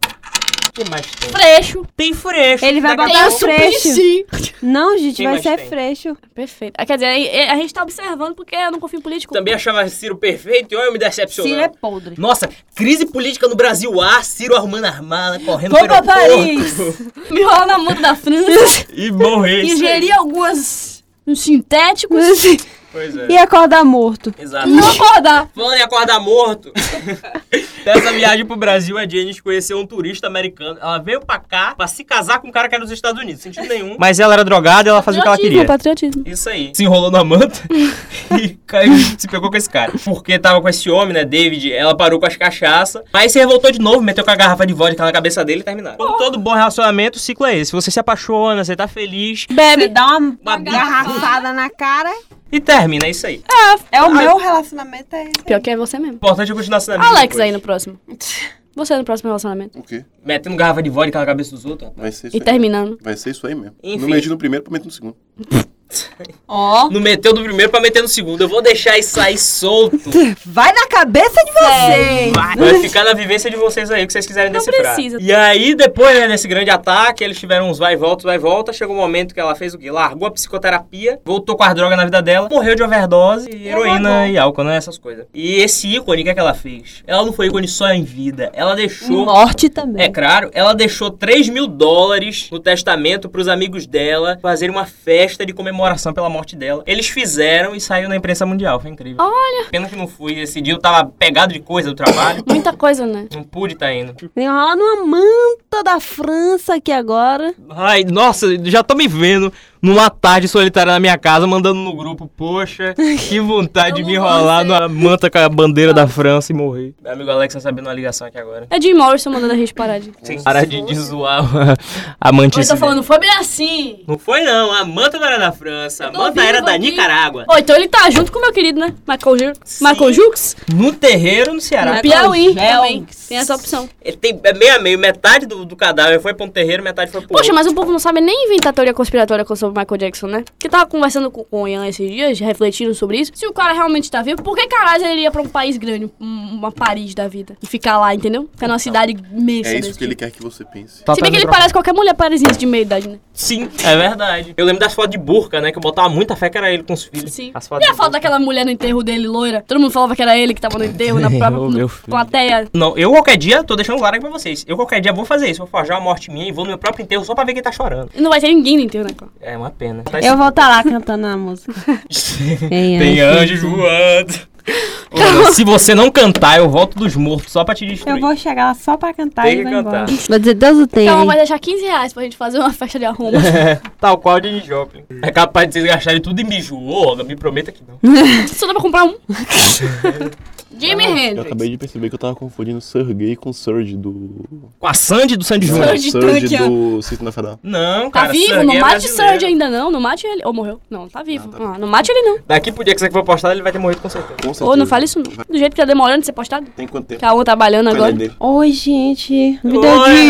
S4: Quem mais tem?
S5: Freixo.
S4: Tem freixo.
S1: Ele vai
S4: Daqui
S1: botar
S4: a pouco-
S1: o Freixo. Não, gente,
S4: Quem
S1: vai
S4: mais
S1: ser
S4: tem?
S1: Freixo.
S5: Perfeito. Ah, Quer dizer, aí- a gente tá observando porque eu não confio em político.
S4: Também achava Ciro perfeito e olha eu me decepcionando.
S1: Ciro é podre.
S4: Nossa, crise política no Brasil. Ah, Ciro arrumando as malas, correndo
S1: Vou
S4: pelo
S1: pra Paris!
S4: é.
S5: Me rola na muda da França.
S4: E morrer. isso aí.
S5: ingerir algumas... uns sintéticos.
S4: Pois é.
S1: E acordar morto.
S4: Exato.
S5: Não acordar.
S4: Falando em acordar morto. Nessa viagem pro Brasil, a Janice conheceu um turista americano. Ela veio pra cá pra se casar com um cara que era dos Estados Unidos. Sentido nenhum. Mas ela era drogada ela fazia o que ela
S5: Patriotismo,
S4: queria.
S5: patriotismo.
S4: Isso aí. Se enrolou na manta e caiu, se pegou com esse cara. Porque tava com esse homem, né, David, ela parou com as cachaças. Mas se revoltou de novo, meteu com a garrafa de vodka na cabeça dele e terminaram. Como todo bom relacionamento, o ciclo é esse. Você se apaixona, você tá feliz
S1: Bebe. dá uma,
S4: Uma
S1: garrafada na cara.
S4: e termina. É isso aí.
S1: É o meu relacionamento é esse.
S5: Pior que é você mesmo.
S4: O importante é continuar sendo amigo
S5: Alex
S4: depois.
S5: aí no próximo. Você no próximo relacionamento.
S2: O quê?
S4: Metendo garrafa de vodka na cabeça dos outros. ó.
S2: Vai ser isso
S5: E
S2: aí.
S5: terminando.
S2: Vai ser isso aí mesmo.
S4: Enfim.
S2: Não meti no primeiro pra meter no segundo.
S1: Ó.
S4: Não meteu do primeiro pra meter no segundo. Eu vou deixar isso aí solto.
S1: Vai na cabeça de vocês.
S4: Vai, vai ficar na vivência de vocês aí, o que vocês quiserem
S5: Não
S4: decifrar.
S5: precisa.
S4: E aí, depois né, desse grande ataque, eles tiveram uns vai e volta, vai e volta. Chegou um momento que ela fez o quê? Largou a psicoterapia, voltou com as drogas na vida dela, morreu de overdose, e heroína e álcool, né? Essas coisas. E esse ícone, o que, é que ela fez? Ela não foi ícone só em vida. Ela deixou...
S1: Morte
S4: É
S1: também.
S4: claro, ela deixou 3 mil dólares no testamento pros amigos dela fazerem uma festa de comemoração pela morte dela. Eles fizeram e saiu na imprensa mundial, foi incrível. Olha! Pena que não fui, esse dia eu tava pegado de coisa do trabalho.
S5: Muita coisa, né?
S4: Não pude tá indo.
S1: Enrola numa manta da França aqui agora.
S4: Ai, nossa, já tô me vendo numa tarde solitária na minha casa, mandando no grupo, poxa, que vontade de me rolar numa manta com a bandeira da França e morrer. Meu amigo Alex tá sabendo uma ligação aqui agora.
S5: É Jim Morrison mandando a gente parar de.
S4: Tem que parar de, de zoar a
S5: Ele
S4: mantice.
S5: tá falando, foi bem assim.
S4: Não foi não, a manta não era da França, a
S5: tô um
S4: manta era
S5: vivo
S4: da
S5: aqui.
S4: Nicarágua.
S5: Ó, então ele tá junto com o meu querido, né? Michael, Ju...
S4: Sim.
S5: Michael Jux?
S4: No terreiro no Ceará.
S5: No Piauí
S1: Michael
S5: também.
S1: Jux.
S5: Tem essa opção.
S4: Ele tem é meio a meio, metade do, do cadáver foi pra um terreiro, metade foi pro
S5: Poxa,
S4: outro.
S2: Tipo,
S5: mas o povo não sabe nem inventar teoria conspiratória com- sobre Michael Jackson, né? Que tava conversando com, com o Ian esses dias, refletindo sobre isso. Se o cara realmente tá vivo, por que caralho ele ia pra um país grande, um- uma Paris da vida? E ficar lá, entendeu? Ficar numa cidade imensa.
S2: Então, É
S5: desse
S2: isso que
S5: tipo.
S2: ele quer que você pense.
S4: Tá
S5: Se bem que ele
S4: trazendo
S5: parece qualquer mulher parisiense de meia idade, né?
S4: Sim, é verdade. Eu lembro das fotos de burca, né? Que eu botava muita fé que era ele com os filhos.
S5: Sim.
S4: As
S5: E
S4: fotos
S5: a
S4: de
S5: foto
S4: burca.
S5: daquela mulher no enterro dele, loira? Todo mundo falava que era ele que tava no enterro, na própria
S4: Meu,
S5: no-
S4: É, meu filho.
S5: plateia.
S4: Não, eu qualquer dia, tô deixando claro aqui pra vocês. Eu qualquer dia vou fazer isso. Vou forjar uma morte minha e vou no meu próprio enterro só pra ver quem tá chorando.
S5: E Não vai ter ninguém no enterro, né? cara?
S4: É uma pena. Tá
S1: Eu vou estar lá cantando a música. Tem
S4: Tem anjo voando. Olha, se você não cantar, eu volto dos mortos só pra te destruir.
S1: Eu vou chegar lá só pra cantar
S4: Tem
S1: e
S4: que
S1: vou
S4: cantar.
S1: embora. Vou dizer, Deus o tem.
S5: Então vai deixar 15 reais pra gente fazer uma festa de arruma.
S4: Tal qual de Joplin. É capaz de vocês gastarem tudo em biju. Ô, Olga, me prometa que não.
S5: Só dá pra comprar um. Jimi
S2: Eu
S5: Hendrix.
S2: acabei de perceber que eu tava confundindo Sergei com Surge do.
S4: Com a Sandy do Sandy Júnior.
S5: Surge. de
S2: Surge
S5: tanque, ó.
S2: né? do Sistema Federal.
S4: Não,
S5: Tá
S4: cara.
S5: vivo?
S4: Sandy
S5: Não
S4: é
S5: mate
S4: brasileiro.
S5: Surge ainda não, não mate ele. Ou morreu? Não, tá vivo. Ah, não mate ele não.
S4: Daqui pro dia que você for postar, ele vai ter morrido com certeza.
S2: Com
S5: Ou não
S2: certeza.
S5: fale isso não. Do jeito que tá demorando de ser postado.
S2: Tem quanto tempo?
S5: Que a um trabalhando
S2: Qual é
S5: agora.
S2: o dele?
S1: Oi, gente. No vídeo
S4: Oi,
S1: de
S4: Ana,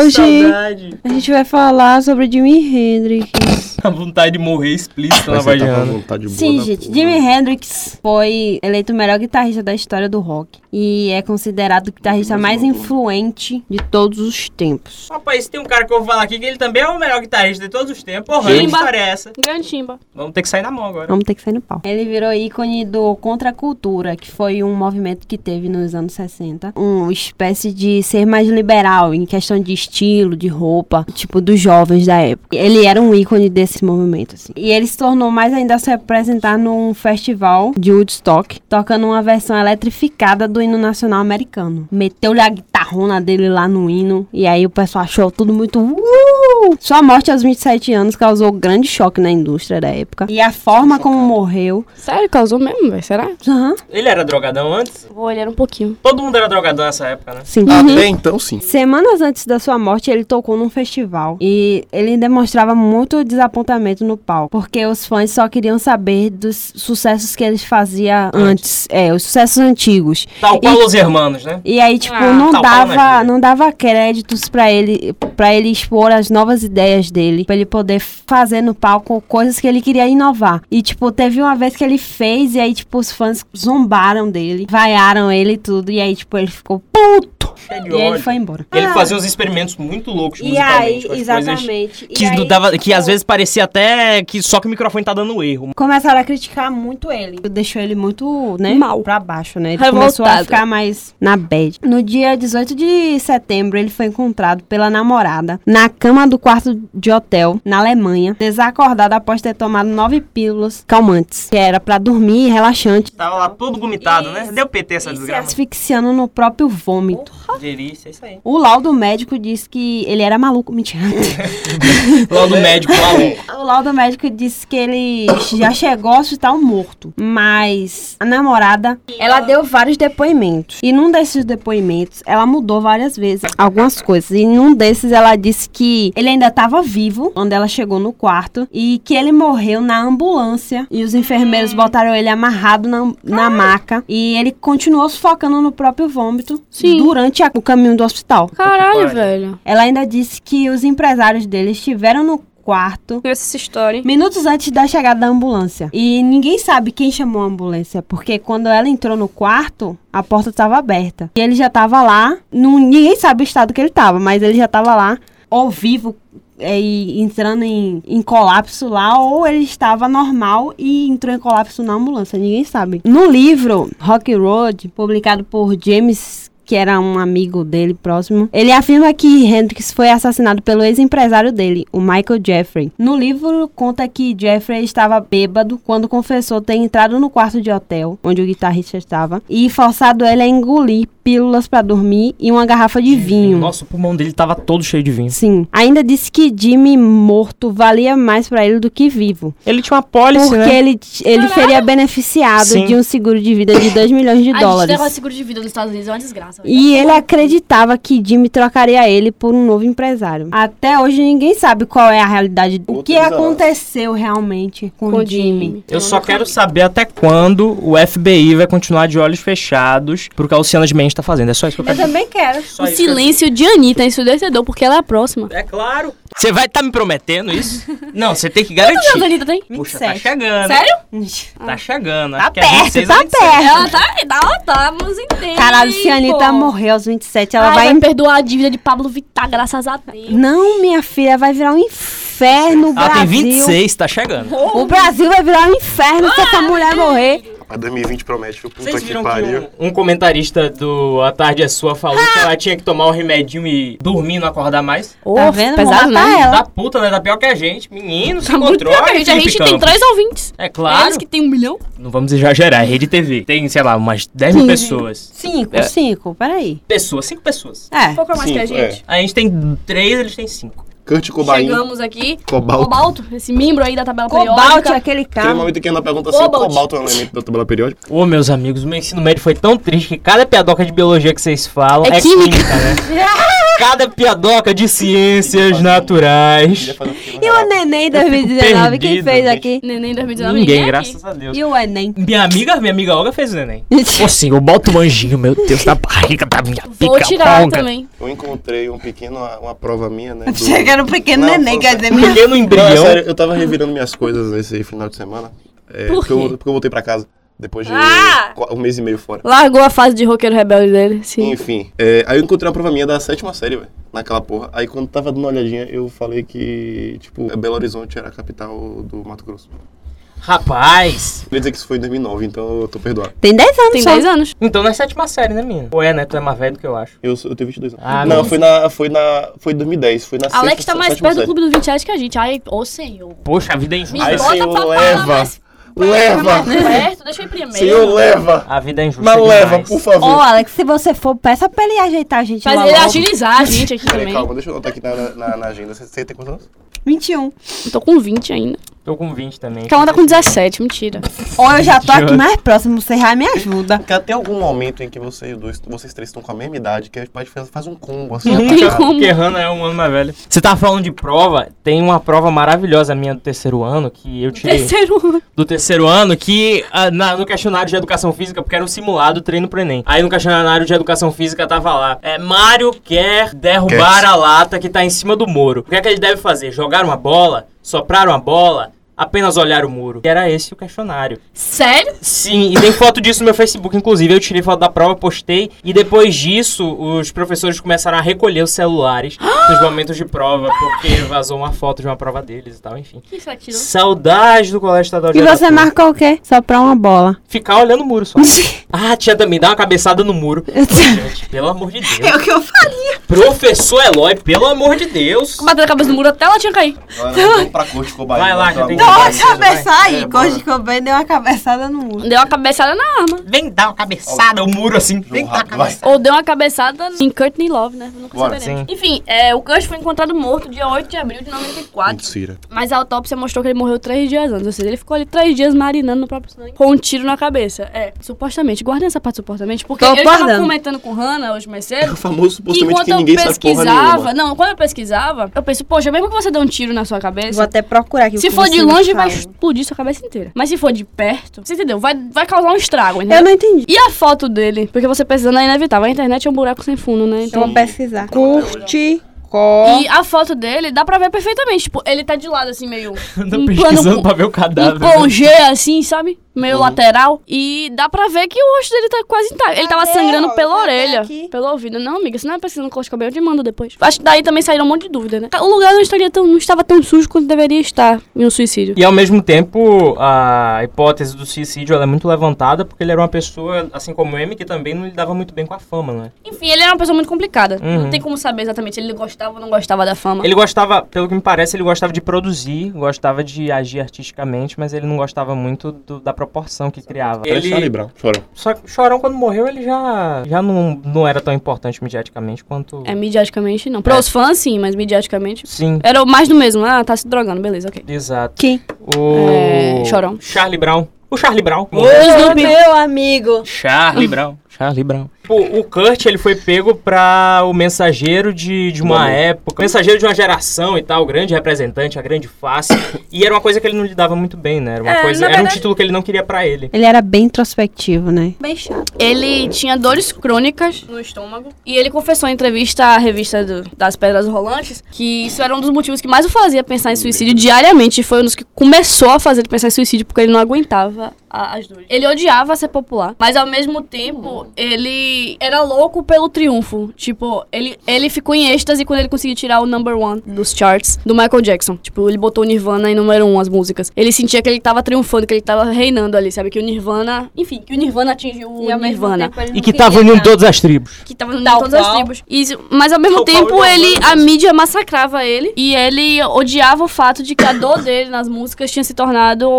S4: que
S1: hoje,
S4: Saudade.
S1: a gente vai falar sobre Jimi Hendrix.
S4: A vontade de morrer explícita na
S2: Mas você
S4: voz de
S2: tá com
S4: Ana.
S2: vontade boa
S1: Sim,
S2: da
S1: gente.
S2: porra.
S1: Jimi Hendrix foi eleito o melhor guitarrista da história do rock. E é considerado o guitarrista mais influente de todos os tempos.
S4: Rapaz, tem um cara que eu vou falar aqui que ele também é o melhor guitarrista de todos os tempos. Porra, que
S5: Gente.
S4: história é essa?
S5: Grande timba.
S4: Vamos ter que sair na mão agora.
S1: Vamos ter que sair no pau. Ele virou ícone do contracultura, que foi um movimento que teve nos anos 60. Uma espécie de ser mais liberal em questão de estilo, de roupa, tipo, dos jovens da época. Ele era um ícone desse movimento, assim. E ele se tornou mais ainda a se apresentar num festival de Woodstock, tocando uma versão eletrificada do hino nacional americano. Meteu-lhe a guitarrona dele lá no hino, e aí o pessoal achou tudo muito... Uh! Sua morte aos 27 anos causou grande choque na indústria da época. E a forma como morreu...
S5: Sério, causou mesmo, velho? Será?
S1: Aham,
S4: Ele era drogadão antes?
S5: Vou olhar um pouquinho.
S4: Todo mundo era drogadão nessa época, né?
S1: sim. Uhum.
S2: Até então, sim.
S1: Semanas antes da sua morte, ele tocou num festival e ele demonstrava muito desapontamento no palco, porque os fãs só queriam saber dos sucessos que ele fazia antes, é, os sucessos antigos.
S4: Tal qual
S1: E-
S4: os hermanos, né?
S1: E aí, tipo,
S5: Ah,
S1: não
S4: tá, fala
S1: dava,
S4: mais,
S1: não dava créditos pra ele, para ele expor as novas ideias dele, pra ele poder fazer no palco coisas que ele queria inovar. E tipo, teve uma vez que ele fez e aí tipo os fãs zombaram dele, vaiaram ele e tudo e aí tipo ele ficou puto
S4: Cheio de
S1: e ele
S4: ódio.
S1: foi embora.
S4: Ele
S1: Ah.
S4: fazia uns experimentos muito loucos
S1: E aí,
S4: musicalmente. com as Coisas
S1: exatamente. E
S4: que,
S1: aí,
S4: não dava, que às
S1: tipo,
S4: vezes parecia até que só que o microfone tá dando erro.
S1: Começaram a criticar muito ele. Deixou ele muito, né?
S5: Mal.
S1: Pra baixo, né? Ele
S5: Revoltado.
S1: começou a ficar mais na bad. No dia 18 de setembro, ele foi encontrado pela namorada na cama do quarto de hotel, na Alemanha, desacordado após ter tomado nove pílulas calmantes, que era pra dormir relaxante.
S4: Tava lá todo vomitado, né? Deu PT essa
S1: E se
S4: desgraça.
S1: asfixiando no próprio vômito.
S4: Delícia, é isso aí.
S1: O laudo médico disse que ele era maluco. Mentira.
S4: Lá do médico, lá
S1: O laudo médico disse que ele já chegou ao hospital morto, mas a namorada, ela deu vários depoimentos. E num desses depoimentos, ela mudou várias vezes algumas coisas. E num desses ela disse que ele ainda estava vivo quando ela chegou no quarto e que ele morreu na ambulância e os enfermeiros botaram ele amarrado na, na maca e ele continuou sufocando no próprio vômito
S5: Sim.
S1: durante a- o caminho do hospital.
S5: Caralho,
S4: pariu.
S5: velho.
S1: Ela ainda disse que os empresários dele estiveram no quarto
S5: Conheço essa história, hein?
S1: Minutos antes da chegada da ambulância. E ninguém sabe quem chamou a ambulância, porque quando ela entrou no quarto, a porta estava aberta. E ele já estava lá, não, ninguém sabe o estado que ele estava, mas ele já estava lá, ao vivo, é, e entrando em, em colapso lá, ou ele estava normal e entrou em colapso na ambulância, ninguém sabe. No livro Rock Road, publicado por James que era um amigo dele próximo. Ele afirma que Hendrix foi assassinado pelo ex-empresário dele, o Michael Jeffrey. No livro conta que Jeffrey estava bêbado quando confessou ter entrado no quarto de hotel onde o guitarrista estava e forçado ele a engolir pílulas para dormir e uma garrafa de
S4: vem.
S1: vinho.
S4: Nossa, o pulmão dele tava todo cheio de vinho.
S1: Sim. Ainda disse que Jimmy morto valia mais pra ele do que vivo.
S4: Ele tinha uma pólice,
S1: Porque
S4: né?
S1: ele, ele seria beneficiado
S4: Sim.
S1: de um seguro de vida de 2 milhões de
S5: A gente
S1: dólares.
S5: leva seguro de vida nos Estados Unidos, é uma desgraça. velho.
S1: E ele acreditava que Jimmy trocaria ele por um novo empresário. Até hoje ninguém sabe qual é a realidade, o
S2: Outro
S1: que
S2: bizarro.
S1: aconteceu realmente com,
S5: Com o
S1: Jimmy.
S4: Eu só quero saber até quando o FBI vai continuar de olhos fechados pro que a Luciana de gente tá fazendo. É só isso que eu
S3: Eu
S4: quero.
S3: também quero.
S4: Só
S5: O
S4: isso que eu-
S5: silêncio de Anitta é ensurdecedor, porque ela é a próxima.
S4: É claro. Você vai tá me prometendo isso? Não, você tem que garantir.
S5: Quantos anos a Anitta tem?
S4: Puxa, tá
S1: 27.
S4: chegando.
S5: Sério?
S4: Tá chegando.
S1: Tá
S4: Acho que é
S1: perto,
S4: 26
S1: tá
S4: ou 27.
S1: perto.
S5: Ela tá, ela tá nos entende.
S1: Caralho, se a Anitta morrer aos 27, ela vai.
S5: perdoar a dívida de Pablo Vittar, graças a Deus.
S1: Não, minha filha, vai virar um inferno o
S4: Ela
S1: Brasil.
S4: Ah, tem 26, tá chegando.
S1: O Brasil vai virar um inferno se essa mulher morrer.
S2: Rapaz, 2020 promete, viu? Puta
S4: Vocês
S2: que
S4: viram que
S2: pariu.
S4: um, um comentarista do A Tarde é Sua falou
S5: Ah!
S4: que ela tinha que tomar um remedinho e dormir não acordar mais?
S1: tá vendo? Vão
S5: Pesado,
S1: matar
S5: né?
S1: ela.
S4: Da puta, né? Da pior que a gente. Menino, se
S5: Tá muito
S4: controla,
S5: pior que a gente. A gente tem três ouvintes.
S4: É claro.
S5: Eles que tem um milhão.
S4: Não vamos exagerar, é rede TV. Tem, sei lá, umas 10 mil
S1: 15.
S4: pessoas.
S1: Cinco,
S4: É.
S1: cinco, peraí.
S4: Pessoas, cinco pessoas.
S1: É.
S5: Qual que é mais
S2: Sim,
S5: que a gente?
S4: A gente tem três, eles têm cinco.
S2: Kurt Cobain.
S5: Chegamos aqui.
S2: Cobalto.
S5: Cobalto, esse membro aí da tabela
S1: Cobalto,
S5: periódica.
S1: aquele
S2: Tem um
S1: carro.
S2: momento que ela pergunta se o
S5: Cobalt.
S2: cobalto é um elemento da tabela periódica.
S4: Ô, meus amigos, o meu ensino médio foi tão triste que cada piadoca de biologia que vocês falam
S5: É
S4: é,
S5: química.
S4: química. né? cada piadoca de ciências naturais.
S2: um
S1: E o Neném
S4: fico
S1: 2019, quem
S4: perdido,
S1: fez
S4: gente.
S1: aqui?
S5: Neném 2019.
S4: Ninguém,
S5: é aqui.
S4: graças a Deus.
S1: E o Enem?
S4: Minha amiga, minha amiga Olga fez o Enem. Ô, senhor, bota o um anjinho, meu Deus, da barriga da minha
S5: Vou
S4: pica
S5: tirar
S4: longa.
S5: também.
S2: Eu encontrei um pequeno, uma, uma prova minha, né? do-
S3: Chegaram um pequeno
S2: Não,
S3: neném,
S2: foi-
S3: quer dizer, minha...
S4: Pequeno
S2: Não, é
S4: embrião.
S2: sério, eu tava revirando minhas coisas esse final de semana. É,
S5: Por
S2: porque,
S5: quê? Ah!
S2: eu, porque eu voltei pra casa depois de qu- um mês e meio fora.
S5: Largou a fase de roqueiro rebelde dele. Sim.
S2: Enfim, é, aí eu encontrei uma prova minha da sétima série, velho. Naquela porra. Aí quando tava dando uma olhadinha, eu falei que, tipo, Belo Horizonte era a capital do Mato Grosso.
S4: Rapaz.
S2: Queria dizer que isso foi em 2009, então eu tô perdoado.
S1: Tem 10 anos
S5: Tem
S1: só.
S5: 10 anos.
S4: Então não é sétima série, né, menina? Ou é, né? Tu é mais velho do que eu acho.
S2: Eu, sou- eu tenho 22 anos.
S4: Ah,
S2: não,
S4: nossa.
S2: foi na, foi na. Foi em 2010, foi na
S5: Alex
S2: sexta-
S5: tá mais
S2: sétima
S5: perto do
S2: série.
S5: Clube dos 20 reais que a gente. Ai, ô senhor.
S4: Poxa, a vida é injusta.
S5: Me
S2: Ai,
S5: bota
S2: senhor,
S5: pra falar
S2: leva.
S5: mais né?
S2: Leva!
S5: perto. Deixa eu ir primeiro.
S2: Senhor, leva!
S4: A vida é injusta.
S2: Mas leva,
S4: demais.
S2: por
S1: Ô,
S2: favor.
S1: Alex, se você for, peça pra ele ajeitar a gente
S5: Faz
S1: lá
S5: ele é
S1: logo.
S5: agilizar a gente aqui
S2: Peraí,
S5: também.
S2: calma, deixa eu anotar aqui na, na, na agenda. Você, você tem quantos anos?
S1: 21.
S5: Eu tô com 20 ainda.
S4: Tô com 20 também.
S5: Calma, tá com 17, mentira.
S1: Ou eu já tô aqui
S4: Idiota.
S1: mais próximo, você já me ajuda.
S2: Cara, tem algum momento em que vocês dois, vocês três estão com a mesma idade, que a gente faz, faz um combo assim,
S5: Não
S2: tá
S5: tem
S2: ligado?
S5: como.
S4: Porque Hannah é um ano mais velha. Você tava falando de prova, tem uma prova maravilhosa minha do terceiro ano que eu tirei.
S5: Terceiro ano.
S4: Do terceiro ano que ah, na- no questionário de educação física, porque era um simulado treino pro Enem. Aí no questionário de educação física tava lá: é, Mário quer derrubar
S2: Quer.
S4: a lata que tá em cima do muro. O que é que ele deve fazer? Jogar uma bola? Soprar uma bola? Apenas olhar o muro. E era esse o questionário.
S5: Sério?
S4: Sim, e tem foto disso no meu Facebook, inclusive. Eu tirei foto da prova, postei. E depois disso, os professores começaram a recolher os celulares nos momentos de prova, porque vazou uma foto de uma prova deles e tal, enfim.
S5: Que isso aqui?
S4: Saudade do Colégio Estadual de
S1: E você
S4: Aracaju.
S1: marcou o quê? Só pra uma bola.
S4: Ficar olhando o muro só. ah, tia também, dá uma cabeçada no muro. Gente, pelo amor de Deus.
S3: É o que eu faria.
S4: Professor Eloy, pelo amor de Deus.
S5: Bateu a cabeça no muro até ela tinha caído.
S2: Agora vamos então, pra corte com o Bahia.
S4: Vai lá,
S2: vamos
S4: já tem
S2: pra-
S4: que-
S3: Deu
S4: Vai,
S3: uma
S4: vai,
S3: cabeçada
S2: vai. É,
S3: aí.
S2: bora.
S3: Kurt Cobain deu uma cabeçada no muro.
S5: Deu uma cabeçada na arma.
S4: Vem dar uma cabeçada, o muro assim. Vem dar
S2: Jogo
S4: uma
S2: rápido, vai.
S4: cabeçada.
S5: Ou deu uma cabeçada em Tá. Courtney Love, né? Nunca
S2: Bora,
S5: saberemos. Enfim, é, o Kurt foi encontrado morto dia 8 de abril de 94.
S2: Mentira.
S5: Mas a autópsia mostrou que ele morreu três dias antes. Ou seja, ele ficou ali três dias marinando no próprio sangue. Com um tiro na cabeça. É, supostamente. Guardem essa parte supostamente. Porque
S1: Tô
S5: eu estava
S1: guardando.
S5: comentando com Hannah hoje mais
S2: É
S5: cedo.
S2: o famoso
S5: Que
S2: supostamente
S5: enquanto
S2: que
S5: eu
S2: ninguém sabe porra nenhuma.
S5: pesquisava, não, quando eu pesquisava, eu penso, poxa, mesmo que você dê um tiro na sua
S1: Vou
S5: cabeça,
S1: até procurar aqui. o
S5: se
S1: que
S5: for
S1: você
S5: de
S1: me
S5: longe, vai
S1: falou.
S5: explodir sua cabeça inteira. Mas se for de perto, você entendeu? Vai, vai causar um estrago, entendeu?
S1: Eu não entendi.
S5: E a foto dele? Porque você pesquisando é inevitável. A internet é um buraco sem fundo, né?
S1: Eu
S5: Então.
S1: vou pesquisar. Curte. Có.
S5: E a foto dele dá pra ver perfeitamente. Tipo, ele tá de lado, assim, meio.
S4: Anda
S5: um
S4: pesquisando
S5: plano-
S4: pra ver Uhum. o
S5: Um
S4: cadáver.
S5: pão G, assim, sabe? Meio lateral. E dá pra ver que o rosto dele tá quase intacto. Ele
S4: Ah,
S5: tava
S4: é,
S3: Cadê,
S5: sangrando
S3: ó?
S5: pela
S4: tá
S3: Cadê
S5: orelha,
S3: aqui?
S5: pelo ouvido. Não, amiga, se não é pesquisando com o cabelo, eu te mando depois. Acho que daí também saíram um monte de dúvida, né? O lugar não, estaria tão, não estava tão sujo quanto deveria estar em um suicídio.
S4: E ao mesmo tempo, a hipótese do suicídio ela é muito levantada porque ele era uma pessoa, assim como o M, que também não lidava muito bem com a fama, né?
S5: Enfim, ele era uma pessoa muito complicada. Não
S4: Uhum.
S5: tem como saber exatamente se ele gostava ou não gostava da fama.
S4: Ele gostava, pelo que me parece, ele gostava de produzir, gostava de agir artisticamente, mas ele não gostava muito do- da proporção que criava.
S2: Parece Charlie Brown. Chorou.
S4: Só que o Chorão, quando morreu, ele já, já não, não era tão importante mediaticamente quanto.
S5: É, midiaticamente não. Pra
S4: É.
S5: os fãs, sim, mas midiaticamente.
S4: Sim,
S5: Era o mais do mesmo. Ah, tá se drogando, beleza, ok.
S4: exato.
S1: Quem?
S4: O.
S5: É, Chorão.
S4: Charlie Brown. O Charlie Brown.
S1: Ô, meu amigo.
S4: Charlie Brown. Charlie Brown. Pô, Tipo, o Kurt, ele foi pego pra o mensageiro de, de uma
S2: Mano.
S4: época, mensageiro de uma geração e tal, o grande representante, a grande face. e era uma coisa que ele não lidava muito bem, né? Era, uma
S5: É,
S4: coisa,
S5: na
S4: era um
S5: verdade-
S4: título que ele não queria pra ele.
S1: Ele era bem introspectivo, né?
S3: Bem chato.
S5: Ele tinha dores crônicas no estômago. E ele confessou em entrevista à revista do- das Pedras Rolantes que isso era um dos motivos que mais o fazia pensar em suicídio diariamente. Foi um dos que começou a fazer ele pensar em suicídio porque ele não aguentava a- as dores. Ele odiava ser popular, mas ao mesmo tempo ele era louco pelo triunfo. Tipo, ele, ele ficou em êxtase quando ele conseguiu tirar o number one dos charts do Michael Jackson. Tipo, ele botou o Nirvana em número um as músicas. Ele sentia que ele tava triunfando, que ele tava reinando ali, sabe? Que o Nirvana. Enfim, que o Nirvana atingiu o
S3: E ao mesmo
S5: Nirvana
S3: tempo ele não
S4: E que
S3: queria
S4: tava um unindo
S3: nada.
S4: todas as tribos.
S5: que tava no
S3: Tal
S5: todas as
S3: qual.
S5: tribos. Isso, mas ao mesmo
S4: Tal qual
S5: tempo
S4: ele é
S5: ele
S4: humano,
S5: a
S4: mas-
S5: mídia massacrava ele e ele odiava o fato de que a dor dele nas músicas tinha se tornado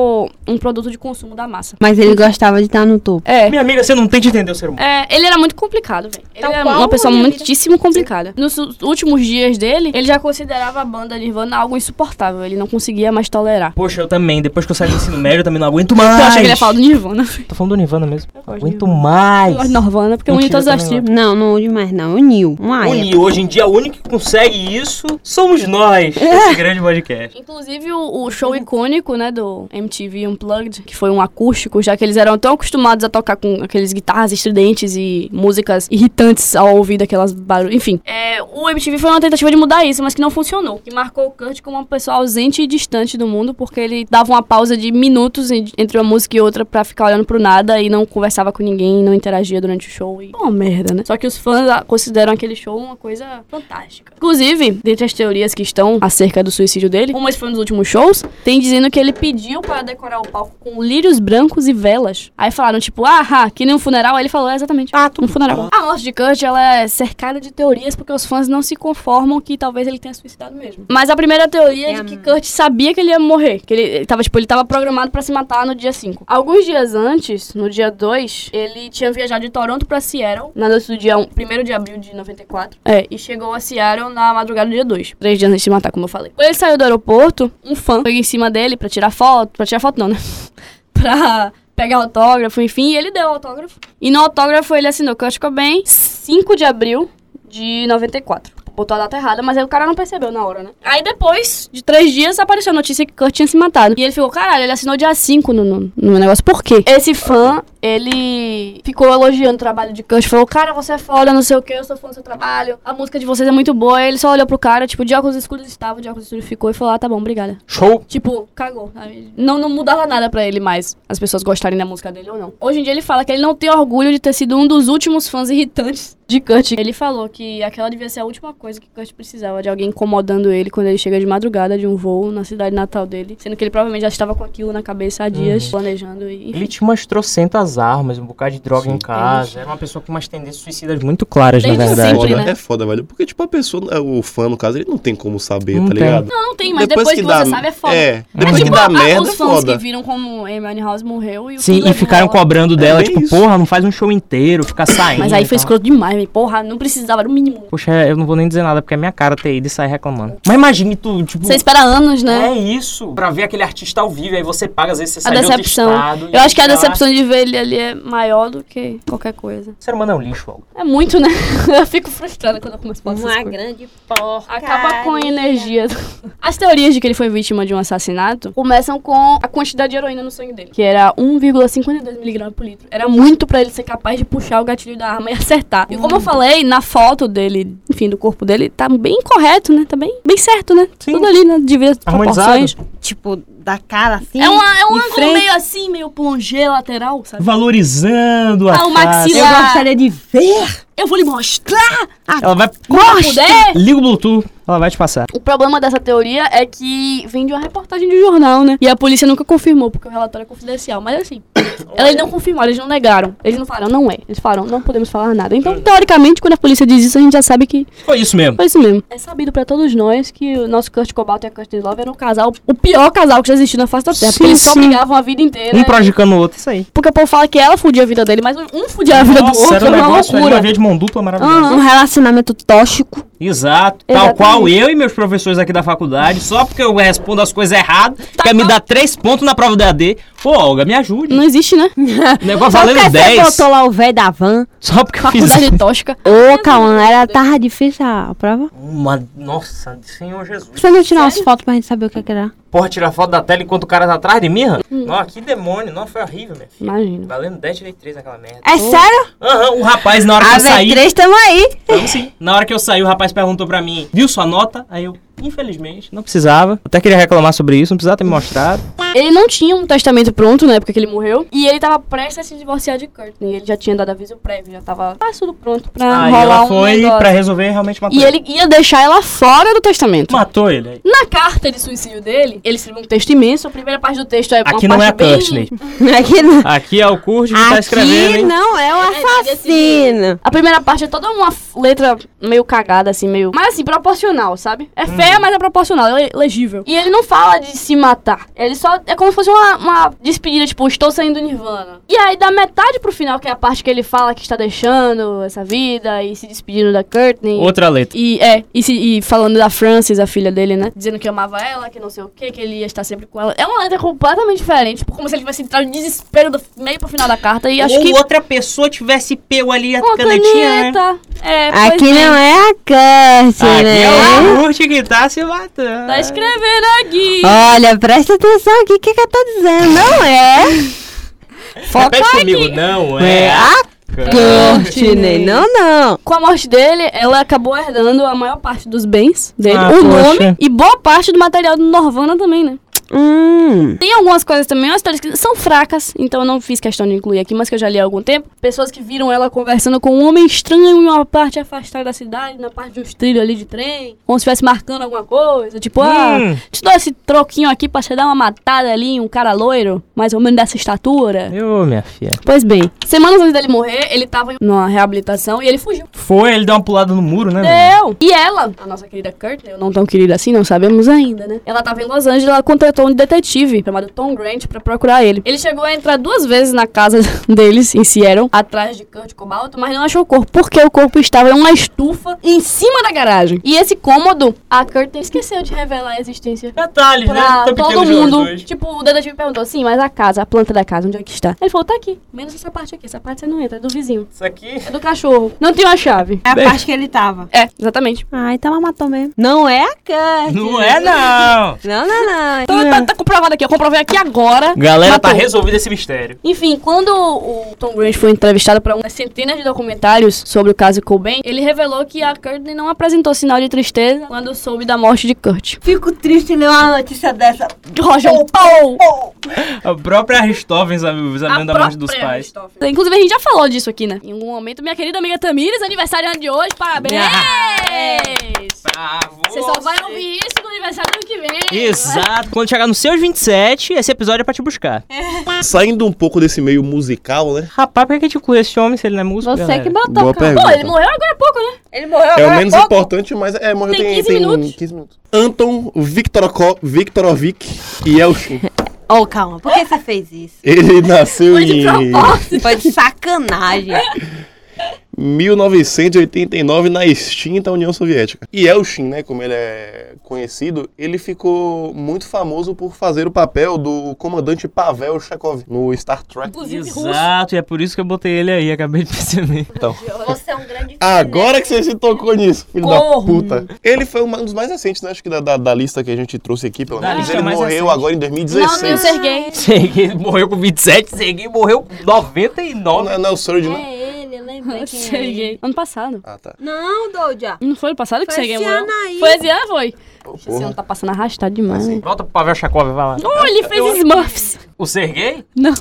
S5: um produto de consumo da massa.
S1: Mas ele gostava de estar no topo.
S5: É.
S4: Minha amiga, você não tenta entender o ser humano.
S5: É, ele era muito complicado, velho. Ele
S3: Tal
S5: era
S3: qual
S5: uma pessoa
S3: minha
S5: muitíssimo complicada. Nos u- últimos dias dele, ele já considerava a banda Nirvana algo insuportável. Ele não conseguia mais tolerar.
S4: Poxa, eu também. Depois que eu saio do ensino médio, eu também não aguento mais.
S5: Eu achei que ele ia falar do Nirvana.
S4: Tô falando do Nirvana mesmo. Não
S5: gosto de
S4: aguento
S5: Eu
S4: mais.
S5: gosto de Nirvana, porque eu uni
S4: Mentira,
S5: todas
S4: eu
S5: as
S4: também
S5: tribos.
S1: Não, não une mais não. Um Uniu. Uma época.
S4: Uni, hoje em dia, o único que consegue isso somos nós, esse grande podcast.
S5: Inclusive o, o show icônico, né, do MTV Unplugged, que foi um acústico, já que eles eram tão acostumados a tocar com aqueles guitarras estridentes e músicas irritantes ao ouvir daquelas barulhos, enfim. É, o MTV foi uma tentativa de mudar isso, mas que não funcionou. Que marcou o Kurt como uma pessoa ausente e distante do mundo, porque ele dava uma pausa de minutos en- entre uma música e outra pra ficar olhando pro nada e não conversava com ninguém, não interagia durante o show. E... Uma merda, né? Só que os fãs ah, consideram aquele show uma coisa fantástica. Inclusive, dentre as teorias que estão acerca do suicídio dele, uma foi nos últimos shows, tem dizendo que ele pediu para decorar o palco com lírios brancos e velas. Aí falaram, tipo, ah, ah, que nem um funeral. Aí ele falou, é, exatamente, ah, um funeral. A morte de Kurt, ela é cercada de teorias porque os fãs não se conformam que talvez ele tenha suicidado mesmo. Mas a primeira teoria é de que Kurt sabia que ele ia morrer. Que ele, ele tava, tipo, ele tava programado pra se matar no dia 5. Alguns dias antes, no dia 2, ele tinha viajado de Toronto pra Seattle, na noite do dia 1 de abril de 94. É, e chegou a Seattle na madrugada do dia 2. Três dias antes de se matar, como eu falei. Quando ele saiu do aeroporto, um fã foi em cima dele pra tirar foto. Pra tirar foto não, né? pra pegar autógrafo, enfim, e ele deu autógrafo. E no autógrafo ele assinou Kurt Cobain, 5 de abril de 94. Botou a data errada, mas aí o cara não percebeu na hora, né? Aí depois de três dias apareceu a notícia que Kurt tinha se matado. E ele ficou, caralho, ele assinou dia 5 no, no, no negócio. Por quê? Esse fã, ele ficou elogiando o trabalho de Kurt. Falou, cara, você é foda, não sei o que, eu sou fã do seu trabalho. A música de vocês é muito boa. Aí ele só olhou pro cara, tipo, de óculos escuros estava, de óculos escuros ficou e falou, ah, tá bom, obrigada.
S4: Show.
S5: Tipo, cagou. sabe? Não, não mudava nada pra ele mais as pessoas gostarem da música dele ou não. Hoje em dia ele fala que ele não tem orgulho de ter sido um dos últimos fãs irritantes de Kurt. Ele falou que aquela devia ser a última coisa que Kurt precisava de alguém incomodando ele quando ele chega de madrugada de um voo na cidade natal dele. Sendo que ele provavelmente já estava com aquilo na cabeça há dias, planejando e. enfim.
S4: Ele tinha umas trocentas armas, um bocado de droga em casa. Era uma pessoa com umas tendências suicidas muito claras,
S5: Desde
S4: na verdade.
S5: sempre,
S2: foda,
S5: né?
S2: É foda, velho. Porque, tipo, a pessoa, o fã, no caso, ele não tem como saber,
S4: Não
S2: tá
S4: tem.
S2: ligado?
S5: Não, não tem, mas depois, que, você sabe é foda.
S2: É, depois
S5: É
S2: que dá
S5: a-
S2: merda, é
S5: os fãs
S2: foda.
S5: que viram como Amy House morreu e o
S4: Sim,
S5: que
S4: e
S5: levou
S4: ficaram
S5: ela-
S4: cobrando dela,
S2: bem
S4: tipo,
S2: isso.
S4: porra, não faz um show inteiro, fica saindo.
S5: Mas aí
S4: e
S5: foi
S4: tal.
S5: escroto demais, velho. porra, não precisava, era o mínimo.
S4: Poxa, eu não vou nem dizer nada, porque é minha cara ter ido e sair reclamando. Mas imagine tu, tipo.
S5: Você espera anos, né?
S4: É isso. Pra ver aquele artista ao vivo, aí você paga, às vezes você
S5: A
S4: sai
S5: decepção.
S4: de outro estado.
S5: Eu acho que a
S4: e-
S5: decepção de ver ele ali é maior do que qualquer coisa.
S4: O ser humano é um lixo, Algo.
S5: É muito, né? Eu fico frustrada quando eu começo a falar essas
S1: Uma
S5: coisas.
S1: grande porca.
S5: Acaba com a energia. As teorias de que ele foi vítima de um assassinato começam com a quantidade de heroína no sangue dele, que era 1,52 miligramas por litro. Era muito pra ele ser capaz de puxar o gatilho da arma e acertar. E como eu falei, na foto dele, enfim, do corpo dele, tá bem correto, né? Tá bem, bem certo, né?
S4: Sim.
S5: Tudo ali, né? Devido
S4: Harmonizado.
S5: proporções.
S1: Tipo, da cara assim.
S5: É, uma, é
S1: de
S5: um ângulo
S1: frente.
S5: meio assim, meio plongé lateral, sabe?
S4: Valorizando a
S5: Ah, o
S4: face.
S5: maxila.
S1: Eu gostaria de ver.
S5: Eu vou lhe mostrar!
S4: Ela vai. é
S5: puder.
S4: Liga o Bluetooth, ela vai te passar.
S5: O problema dessa teoria é que vem de uma reportagem de jornal, né? E a polícia nunca confirmou, porque o relatório é confidencial. Mas assim, eles não confirmaram, eles não negaram. Eles não falaram, não é. Eles falaram, não podemos falar nada. Então, teoricamente, quando a polícia diz isso, a gente já sabe que
S4: Foi isso mesmo.
S5: foi isso mesmo. É sabido pra todos nós que o nosso Kurt Cobain e a Kurt Love eram o casal, o pior casal que já existiu na face da Terra.
S4: Sim,
S5: porque eles só
S4: sim.
S5: brigavam a vida inteira.
S4: Um prejudicando o outro, isso aí.
S5: Porque o povo fala que ela fudia a vida dele, mas um fudia a vida do
S4: Nossa,
S5: outro.
S4: era um
S5: Era uma
S4: negócio, era uma
S5: loucura.
S4: via de mão dupla maravilhosa.
S5: Aham.
S1: Um Ah. relacionamento tóxico.
S4: Exato. Tal
S5: Exatamente.
S4: qual eu e meus professores aqui da faculdade, só porque eu respondo as coisas erradas, quer me dar três pontos na prova da AD. Pô, Olga, me ajude.
S5: Não existe, né?
S4: O negócio
S1: Só
S4: valendo
S1: porque você
S4: 10.
S1: botou lá o velho da van.
S4: Só porque eu fiz.
S5: Faculdade tóxica.
S1: Ô, Cauã, era tava difícil a prova.
S4: Uma... Nossa, Senhor Jesus.
S1: Você não tirar umas fotos pra gente saber o que, que era?
S4: Porra, tirar foto da tela enquanto o cara tá atrás de mim? Hum. Nossa, que demônio. Nossa, foi horrível, minha filha.
S5: Imagina.
S4: Valendo 10, tirei 3 naquela merda.
S1: É sério?
S4: Aham, o rapaz, na hora que eu saí.
S1: Ah, três tamo aí.
S4: Então, sim. Na hora que eu saí, o rapaz perguntou pra mim, viu sua nota? Aí eu, infelizmente, não precisava. Até queria reclamar sobre isso, não precisava ter me mostrado.
S5: Ele não tinha um testamento pronto na época que ele morreu. E ele tava prestes a se divorciar de Courtney. Ele já tinha dado aviso prévio, já tava quase tudo pronto pra
S4: Aí
S5: rolar
S4: Ah, ela
S5: um
S4: foi
S5: negócio.
S4: pra resolver realmente matou
S5: E ele ia deixar ela fora do testamento.
S4: Matou ele. aí.
S5: Na carta de suicídio dele, ele escreveu um texto imenso. A primeira parte do texto é uma
S4: Aqui não é a
S5: parte bem-
S4: Courtney.
S1: Aqui não.
S4: Aqui é o Kurt que tá escrevendo.
S1: Aqui
S4: hein?
S1: não é o
S5: verdade,
S1: assassino.
S5: A primeira parte é toda uma f- letra meio cagada, assim, meio. Mas assim, proporcional, sabe? É
S4: Hum.
S5: feia, mas é proporcional, é le- legível. E ele não fala de se matar. Ele só. É como se fosse uma, uma despedida, tipo, estou saindo do Nirvana. E aí, da metade pro final, que é a parte que ele fala que está deixando essa vida e se despedindo da Courtney.
S4: Outra letra.
S5: E é, e, se- e falando da Frances, a filha dele, né? Dizendo que amava ela, que não sei o que, que ele ia estar sempre com ela. É uma letra completamente diferente, tipo, como se ele tivesse entrado no desespero do meio pro final da carta. E acho que.
S4: outra pessoa tivesse pego ali a né?
S5: Uma caneta. É, pois
S1: Aqui
S5: é.
S1: não é a Kurt,
S4: Aqui é
S1: né?
S4: o Kurt que tá se matando.
S5: Tá escrevendo aqui.
S1: Olha, presta atenção aqui o que, que eu tô dizendo. Não é
S4: Repete comigo, não é.
S1: É
S5: ah,
S1: a Courtney. Não, não.
S5: Com a morte dele, ela acabou herdando a maior parte dos bens dele,
S4: Ah,
S5: o
S4: poxa.
S5: nome e boa parte do material do Norvana também, né?
S1: Hum.
S5: Tem algumas coisas também, umas histórias que são fracas, então eu não fiz questão de incluir aqui, mas que eu já li há algum tempo. Pessoas que viram ela conversando com um homem estranho em uma parte afastada da cidade, na parte de uns trilhos ali de trem, como se estivesse marcando alguma coisa, tipo, ah,
S4: Hum.
S5: te dou esse troquinho aqui pra você dar uma matada ali em um cara loiro, mais ou menos dessa estatura.
S4: Ô, minha filha.
S5: Pois bem, semanas antes dele morrer, ele tava em uma reabilitação e ele fugiu.
S4: Foi, ele deu uma pulada no muro, né? velho?
S5: Deu! E ela, a nossa querida Courtney, não tão querida assim, não sabemos ainda, né? Ela tava em Los Angeles, ela contratou um detetive chamado Tom Grant pra procurar ele. Ele chegou a entrar duas vezes na casa deles, em Seattle, atrás de Kurt Cobalto, mas não achou o corpo, porque o corpo estava em uma estufa em cima da garagem. E esse cômodo, a Courtney esqueceu de revelar a existência
S4: Detalhes,
S5: pra
S4: né? Tão
S5: todo
S4: pequenos
S5: mundo.
S4: os dois.
S5: Tipo, o detetive perguntou, sim, mas a casa, a planta da casa, onde é que está? Ele falou, tá aqui, menos essa parte aqui, essa parte você não entra, é do vizinho,
S4: Isso aqui.
S5: é do cachorro. Não tem uma chave.
S1: É a parte que ele tava.
S5: É, exatamente.
S1: Ah, então ela matou mesmo. Não é a Kurt.
S4: Não é, não.
S1: Não, não, não.
S5: Então tá, tá comprovado aqui, eu comprovei aqui agora.
S4: É. Galera,
S5: Matou.
S4: tá resolvido esse mistério.
S5: Enfim, quando o Tom Grant foi entrevistado para umas centenas de documentários sobre o caso Cobain, ele revelou que a Courtney não apresentou sinal de tristeza quando soube da morte de Kurt.
S3: Fico triste em ler uma notícia dessa.
S5: Roger Paul!
S4: A própria Aristóveis, amigos, sabendo da morte dos
S5: própria
S4: pais.
S5: Aristófanes. Então, Inclusive, a gente já falou disso aqui, né? Em algum momento, minha querida amiga Tamires, aniversariante de hoje, parabéns!
S4: Ah.
S5: Você só vai ouvir isso no aniversário do ano que vem.
S4: Exato. Quando chegar nos seus 27, esse episódio é pra te buscar.
S2: Saindo um pouco desse meio musical, né?
S4: Rapaz, por que que te inclui esse homem se ele não é músico?
S1: Você
S4: galera?
S1: que botou,
S2: Boa
S1: cara.
S5: Pô,
S2: pergunta.
S5: ele morreu agora há pouco, né?
S3: Ele morreu
S2: É
S3: agora
S2: o
S3: há
S2: menos
S3: pouco.
S2: importante, mas é, morreu
S5: Tem
S2: tem,
S5: 15
S2: tem
S5: minutos.
S2: 15 minutos. Anton Viktoroko- Viktorovic Yelchin.
S1: Ô, calma, por que você fez isso?
S2: Ele nasceu em
S1: Foi de sacanagem.
S2: 1989 na extinta União Soviética. E Yelchin, né, como ele é conhecido, ele ficou muito famoso por fazer o papel do comandante Pavel Chekhov no Star Trek.
S5: Inclusive, russo.
S4: Exato, e é por isso que eu botei ele aí, acabei de perceber.
S2: Então,
S3: Você é um grande
S2: Agora que você se tocou nisso, filho
S5: Corno.
S2: da puta. Ele foi uma- um dos mais recentes, né? Acho que da, da- da lista que a gente trouxe aqui, pelo
S4: Da
S2: menos.
S4: lista
S2: Ele
S4: mais
S2: morreu
S4: recente.
S2: agora em
S5: Não, não,
S2: 2016.
S5: Serguei.
S4: Serguei morreu com 27, Serguei morreu com 99.
S2: Não é- não é o Surge, não?
S3: É ele, lembra quem é ele.
S5: Serguei. Ano passado.
S2: Ah, tá.
S1: Não, Doudia.
S5: Não foi ano passado que
S1: Foi
S5: Serguei
S1: esse
S5: morreu?
S1: ano aí.
S5: Foi esse ano, foi.
S2: Pô,
S5: Você não
S2: porra.
S5: tá passando arrastado demais.
S4: Volta pro Pavel Chakov, vai lá.
S5: Oh, ele fez Smurfs.
S4: O Serguei?
S5: Não.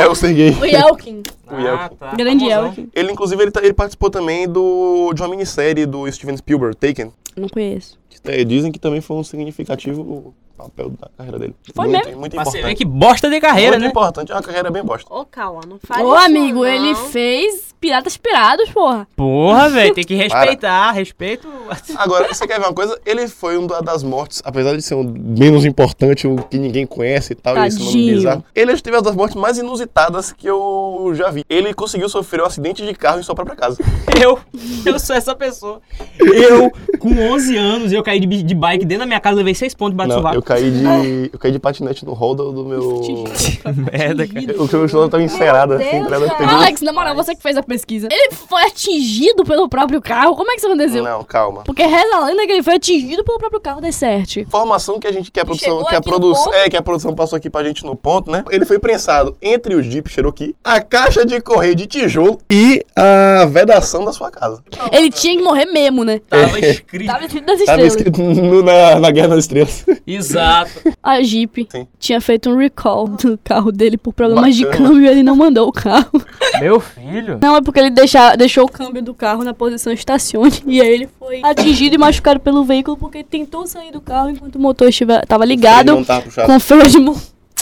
S2: É o Sergei.
S5: O Elkin.
S2: O Yelkin.
S4: tá.
S5: Grande
S4: famosão.
S5: Elkin.
S2: Ele, inclusive, ele, tá- ele participou também do, de uma minissérie do Steven Spielberg, Taken.
S5: Não conheço.
S2: Que tá- dizem que também foi um significativo papel da carreira dele.
S5: Foi
S2: muito,
S5: mesmo?
S2: Muito
S4: Mas você vê
S2: importante.
S4: que bosta de carreira,
S2: muito
S4: né?
S2: importante. É uma carreira bem bosta.
S1: Ô, Cauã, não faz
S5: Ô, amigo, ele fez Piratas Pirados, porra.
S4: Porra, velho, tem que respeitar, respeito.
S2: Agora, você quer ver uma coisa? Ele foi um da- das mortes, apesar de ser o menos importante, o que ninguém conhece e tal, e esse nome
S5: Tadinho.
S2: bizarro. Ele teve uma das mortes mais inusitadas que eu já vi. Ele conseguiu sofrer um acidente de carro em sua própria casa.
S4: Eu, eu sou essa pessoa. Eu, com 11 anos, eu caí de, bi- de bike dentro da minha casa, levei 6 pontos de bate
S2: Não, eu
S4: sovaco.
S2: caí de. Eu caí de patinete no hall do, do meu.
S4: Merda, cara.
S2: O que eu estou tava encerado, assim,
S3: Deus,
S2: entrada
S3: cara.
S2: pegou.
S5: Alex, na moral, você que fez a pesquisa. Ele foi atingido pelo próprio carro? Como é que isso aconteceu?
S2: Não, calma.
S5: Porque reza a lenda que ele foi atingido pelo próprio carro da certo.
S2: Informação que a gente que a produção,
S5: Chegou
S2: que a
S5: aqui no
S2: produção,
S5: ponto?
S2: é que a produção passou aqui pra gente no ponto, né? Ele foi prensado entre o Jeep Cherokee, a caixa de correio de tijolo e a vedação da sua casa.
S5: Ele tinha que morrer mesmo, né?
S4: Tava escrito.
S5: Tava escrito das
S2: Tava
S5: estrelas.
S2: escrito É, tá no- na, na Guerra das Estrelas.
S4: Exato.
S5: A Jeep
S2: Sim.
S5: tinha feito um recall do carro dele por problemas de
S2: Bacana.
S5: câmbio e ele não mandou o carro.
S4: Meu filho.
S5: Não, é porque ele deixa- deixou o câmbio do carro na posição estacione e aí ele foi atingido e machucado pelo veículo porque ele tentou sair do carro enquanto o motor estava, tava
S2: Ele
S5: ligado
S2: não tava puxado.
S5: com o freio de mão.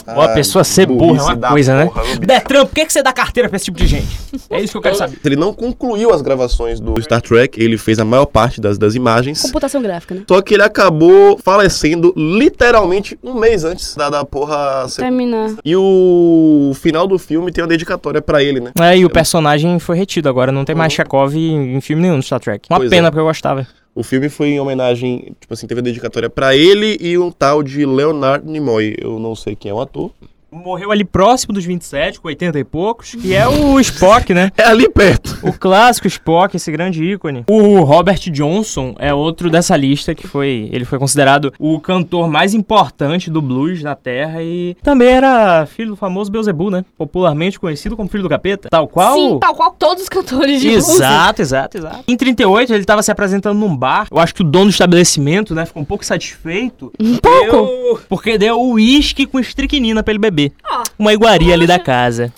S4: Uma pessoa ser burra é
S2: burrice
S4: uma
S2: da
S4: coisa, né?
S2: porra, meu bicho.
S4: Detran, por que, que você dá carteira pra esse tipo de gente? É isso que eu quero saber.
S2: Ele não concluiu as gravações do Star Trek, ele fez a maior parte das, das imagens.
S5: Computação gráfica, né?
S2: Só que ele acabou falecendo literalmente um mês antes da, da porra ser.
S5: Terminar.
S2: E o final do filme tem uma dedicatória pra ele, né?
S4: É, e o personagem foi retido agora, não tem mais Chekhov em em filme nenhum no Star Trek. Uma
S2: Uhum. Pois
S4: pena,
S2: é.
S4: porque eu gostava.
S2: O filme foi em homenagem, tipo assim, teve a dedicatória pra ele e um tal de Leonard Nimoy. Eu não sei quem é o ator.
S4: Morreu ali próximo dos 27, com 80 e poucos, que é o Spock, né?
S2: É ali perto.
S4: O clássico Spock, esse grande ícone. O Robert Johnson é outro dessa lista que foi. Ele foi considerado o cantor mais importante do blues na Terra e também era filho do famoso Beelzebub, né? Popularmente conhecido como filho do capeta. Tal qual.
S5: Sim, tal qual todos os cantores de blues.
S4: Exato, exato, exato. Em 38, ele tava se apresentando num bar. Eu acho que o dono do estabelecimento, né, ficou um pouco satisfeito.
S5: Um pouco.
S4: Deu- Porque deu uísque com estricnina pra ele beber.
S5: Ah,
S4: Uma iguaria ali da casa.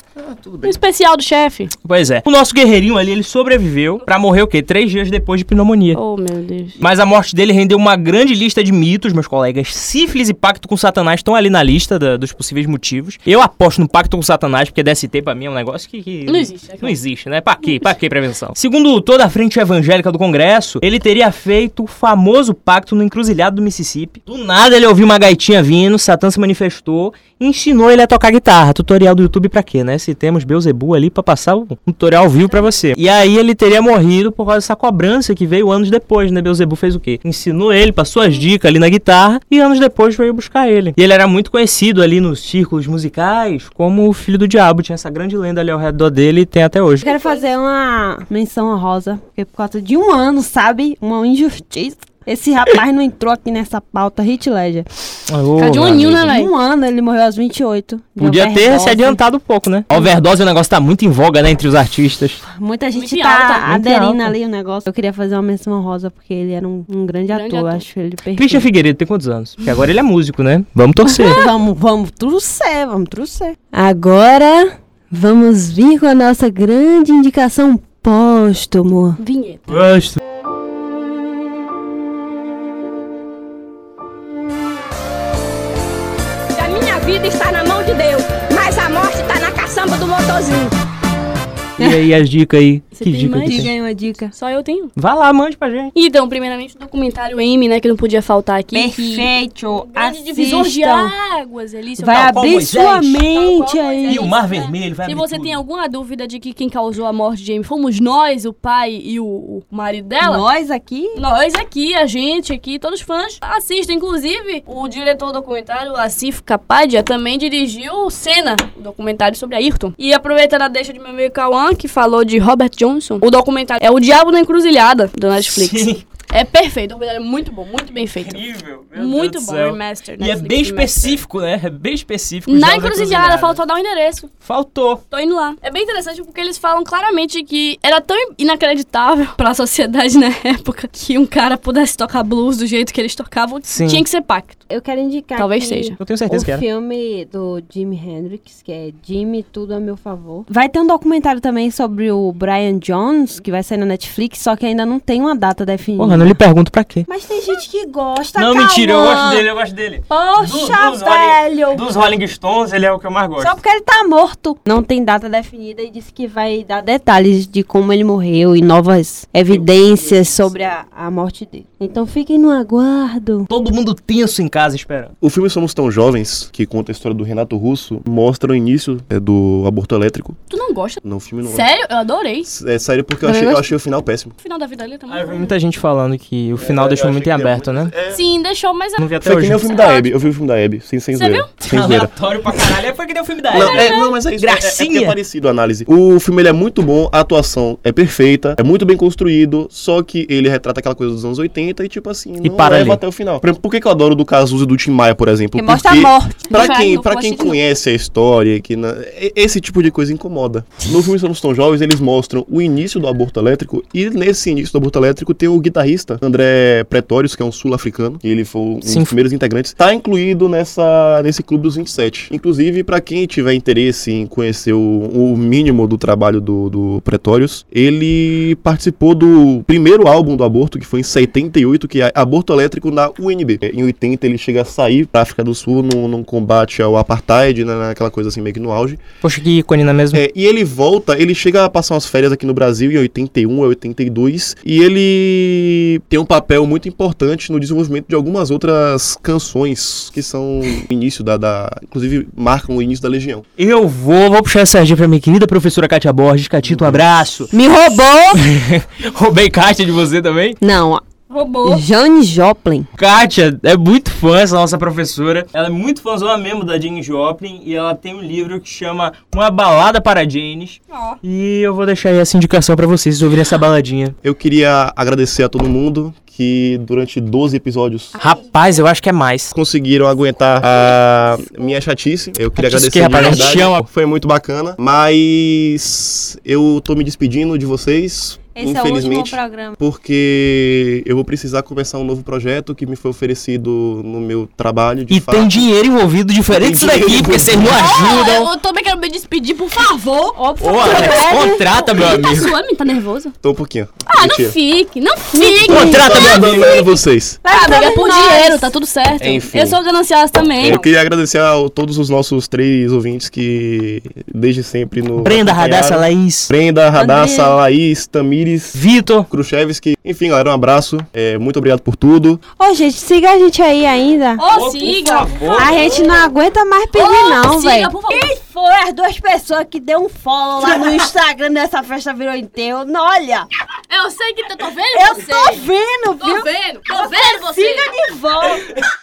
S5: Um especial do chefe.
S4: Pois é. O nosso guerreirinho ali, ele sobreviveu pra morrer o quê? Três dias depois de pneumonia.
S5: Oh, meu Deus.
S4: Mas a morte dele rendeu uma grande lista de mitos, meus colegas. Sífilis e pacto com Satanás estão ali na lista da- dos possíveis motivos. Eu aposto no pacto com Satanás, porque DST pra mim é um negócio que. que-
S5: Não existe, é claro.
S4: Não existe, né? Pra quê? Pra quê prevenção? Segundo toda a frente evangélica do Congresso, ele teria feito o famoso pacto no encruzilhado do Mississippi. Do nada ele ouviu uma gaitinha vindo, Satã se manifestou e ensinou ele a tocar guitarra. Tutorial do YouTube pra quê, né? Se temos Beuzebu ali pra passar um tutorial ao vivo pra você. E aí ele teria morrido por causa dessa cobrança que veio anos depois, né? Beuzebu fez o quê? Ensinou ele, passou as dicas ali na guitarra e anos depois veio buscar ele. E ele era muito conhecido ali nos círculos musicais como o filho do diabo. Tinha essa grande lenda ali ao redor dele e tem até hoje.
S1: Eu quero fazer uma menção honrosa, porque por causa de um ano, sabe? Uma injustiça. Esse rapaz não entrou aqui nessa pauta, Hit Ledger.
S4: Ô,
S5: Cadê o Nil, né, velho?
S1: Um ano, ele morreu aos 28. de
S4: Podia ter
S1: overdose.
S4: se adiantado um pouco, né? Overdose é um negócio que tá muito em voga, né, entre os artistas.
S1: Muita gente
S5: Muito
S1: tá
S5: alta,
S4: muito
S1: aderindo
S4: alta.
S1: ali o negócio. Eu queria fazer uma menção honrosa, porque ele era um, um grande,
S5: Grande
S1: ator,
S5: ator.
S1: acho ele perfeito.
S4: Christian Figueiredo tem quantos anos? Porque agora ele é músico, né? Vamos torcer.
S1: Vamos, vamos trucer, vamos trucer. Agora, vamos vir com a nossa grande indicação póstumo.
S5: Vinheta.
S4: Gosto.
S9: A minha vida está na mão de Deus, mas a morte está na caçamba do motorzinho.
S4: E aí, as dicas aí?
S5: Você
S4: que
S5: tem
S4: dica
S5: mais
S4: que
S5: dica?
S4: tem?
S1: Ganhei uma dica.
S5: Só eu tenho. um.
S4: Vai lá, mande pra gente.
S5: Então, primeiramente, o documentário M, né, que não podia faltar aqui. Que...
S1: Perfeito,
S5: Grande divisor de
S1: assistam.
S5: águas, ali. seu
S1: Vai
S5: tal-
S4: qual
S1: abrir
S4: Moisés.
S1: sua
S5: Tal
S1: mente
S5: qual
S1: aí.
S5: Moisés.
S4: é E o Mar Vermelho vai
S5: Se
S4: abrir
S5: você
S4: tudo.
S5: tem alguma dúvida de que quem causou a morte de Amy fomos nós, o pai e o, o marido dela,
S1: Nós aqui?
S5: Nós aqui, a gente aqui, todos os fãs assistem. Inclusive, o diretor do documentário, Asif Kapadia, também dirigiu Cena, o documentário sobre Ayrton. E aproveitando a deixa de meu amigo Kawan, que falou de Robert Johnson, o documentário é O Diabo na Encruzilhada, do Netflix.
S4: Sim,
S5: É perfeito, o documentário é muito bom, muito bem feito.
S4: incrível. Meu
S5: Muito
S4: Deus do
S5: bom,
S4: céu.
S5: remaster.
S4: E é
S5: Netflix
S4: bem
S5: remaster.
S4: específico, né? É bem específico.
S5: Na
S4: já
S5: encruzilhada, faltou dar o endereço.
S4: Faltou.
S5: Tô indo lá. É bem interessante porque eles falam claramente que era tão inacreditável pra sociedade na época que um cara pudesse tocar blues do jeito que eles tocavam.
S4: Sim.
S5: Tinha que ser pacto.
S1: Eu quero indicar.
S5: Talvez
S1: que
S5: seja.
S4: Eu tenho certeza
S1: o
S4: que era.
S1: filme do Jimi Hendrix, que é Jimmy, tudo a meu favor. Vai ter um documentário também sobre o Brian Jones, que vai sair na Netflix, só que ainda não tem uma data definida.
S4: Ô, Hannah, eu lhe pergunto pra quê?
S3: Mas tem gente que gosta,
S4: não,
S3: Cauã.
S4: mentira, eu gosto dele, eu gosto dele.
S3: Poxa,
S4: Do- dos
S3: velho.
S4: Dos Rolling Stones, ele é o que eu mais gosto.
S1: Só porque ele tá morto. Não tem data definida e disse que vai dar detalhes de como ele morreu e novas evidências sobre a, a morte dele. Então fiquem no aguardo.
S4: Todo mundo tenso em casa esperando.
S2: O filme Somos Tão Jovens, que conta a história do Renato Russo, mostra o início é, do aborto elétrico.
S5: Tu não gosta?
S2: Não, o filme não
S5: Sério? Eu adorei.
S2: é. É sério porque eu achei, eu achei o final péssimo.
S5: O final da vida dele também.
S4: Ah, eu vi muita gente falando que o final
S2: Eu
S4: deixou
S2: achei
S4: muito
S2: que
S4: em
S2: deu
S4: aberto, né?
S2: muito- É.
S5: Sim, deixou, mas...
S4: Não vi até
S2: Foi que
S4: hoje.
S2: nem o filme da Abby. Eu vi o filme da Abby, sem, sem
S5: Você
S2: zoeira. Sem zoeira.
S4: Aleatório pra caralho. Foi que deu o filme da
S2: Não,
S4: Eva.
S2: é, não, mas é isso. é- é- É,
S4: Gracinha.
S2: que é parecido a análise. O filme ele é muito bom, a atuação é perfeita, é muito bem construído, só que ele retrata aquela coisa dos anos 80 e, tipo assim, não
S4: para
S2: leva
S4: ali.
S2: até o final. Por, exemplo, por que, que eu adoro do Cazuza e do Tim Maia, por exemplo?
S1: Porque mostra a morte.
S2: Pra
S5: Vai,
S2: quem,
S5: não
S2: pra
S5: mostra
S2: quem
S5: de novo.
S2: conhece a história, que na- e- esse tipo de coisa incomoda. No filme Somos Tão Jovens, eles mostram o início do aborto elétrico, e nesse início do aborto elétrico tem o guitarrista André Pretórios, que é um sul-africano, e ele foi um
S4: Sim.
S2: dos primeiros integrantes. Tá incluído nessa, nesse clube dos 27. Inclusive, pra quem tiver interesse em conhecer o, o mínimo do trabalho do, do Pretórios, ele participou do primeiro álbum do aborto, que foi em 78, que é Aborto Elétrico na UNB. Em 80, ele chega a sair pra África do Sul num, num combate ao apartheid, né, naquela coisa assim, meio que no auge.
S4: Poxa, que ícone, não é mesmo?
S2: É, e ele volta, ele chega a passar umas férias aqui no Brasil em 81 a 82, e ele tem um papel muito importante no desenvolvimento de algumas outras canções que são o início da, da- Inclusive, marcam o início da Legião.
S4: Eu vou, vou puxar essa sardinha pra minha querida professora Kátia Borges. Catito, um abraço.
S1: Me roubou?
S4: Roubei Kátia de você também.
S1: Não,
S5: Roubou.
S1: Jane Joplin.
S4: Kátia é muito fã essa nossa professora. Ela é muito fãzona mesmo da Jane Joplin e ela tem um livro que chama Uma Balada para Janes.
S3: Ó.
S4: E eu vou deixar aí essa indicação pra vocês vocês ouvirem essa baladinha.
S2: Eu queria agradecer a todo mundo que durante 12 episódios
S4: Rapaz, eu acho que é mais.
S2: conseguiram aguentar a minha chatice. Eu queria
S4: Chatice
S2: agradecer
S4: que,
S2: de
S4: rapaz, a gente
S2: verdade.
S4: chama.
S2: Foi muito bacana, mas eu tô me despedindo de vocês.
S1: Esse é o último
S2: infelizmente,
S1: programa.
S2: porque eu vou precisar começar um novo projeto que me foi oferecido no meu trabalho de
S4: E
S2: fato.
S4: tem dinheiro envolvido diferente disso
S2: Tem dinheiro
S4: daqui, porque vocês não
S5: Ah,
S4: ajudam.
S5: eu, eu também quero me despedir, por favor.
S4: Ô, Alex, contrata, meu
S5: Tá
S4: amigo.
S5: suando, tá nervoso?
S2: Tô um pouquinho.
S5: Ah, não
S2: Mentira.
S5: fique, não fique.
S4: Contrata, meu
S2: Tô
S4: amigo.
S2: abandonando vocês.
S5: Ah, briga por
S3: nós.
S5: dinheiro, tá tudo certo.
S2: Enfim.
S5: Eu sou gananciosa também.
S2: Eu queria agradecer a todos os nossos três ouvintes que desde sempre no
S4: Brenda,
S2: acompanharam.
S4: Radassa, Laís,
S2: Brenda, Radassa,
S1: André.
S2: Laís, Tamires,
S4: Vitor.
S2: Khrushchevski. Enfim, galera, um abraço. É, muito obrigado por tudo.
S1: Ô, gente, siga a gente aí ainda.
S5: Ô,
S4: Ô,
S5: siga.
S4: Por favor.
S1: A gente não aguenta mais pedir, não,
S5: siga,
S1: velho.
S5: por favor.
S3: Foi as duas pessoas que deu um follow lá no Instagram dessa festa virou enterro. Não, Olha,
S5: Eu sei que tá, tô vendo
S3: eu
S5: você.
S3: tô vendo,
S5: Tô
S3: viu?
S5: vendo, tô vendo você.
S3: Siga de volta.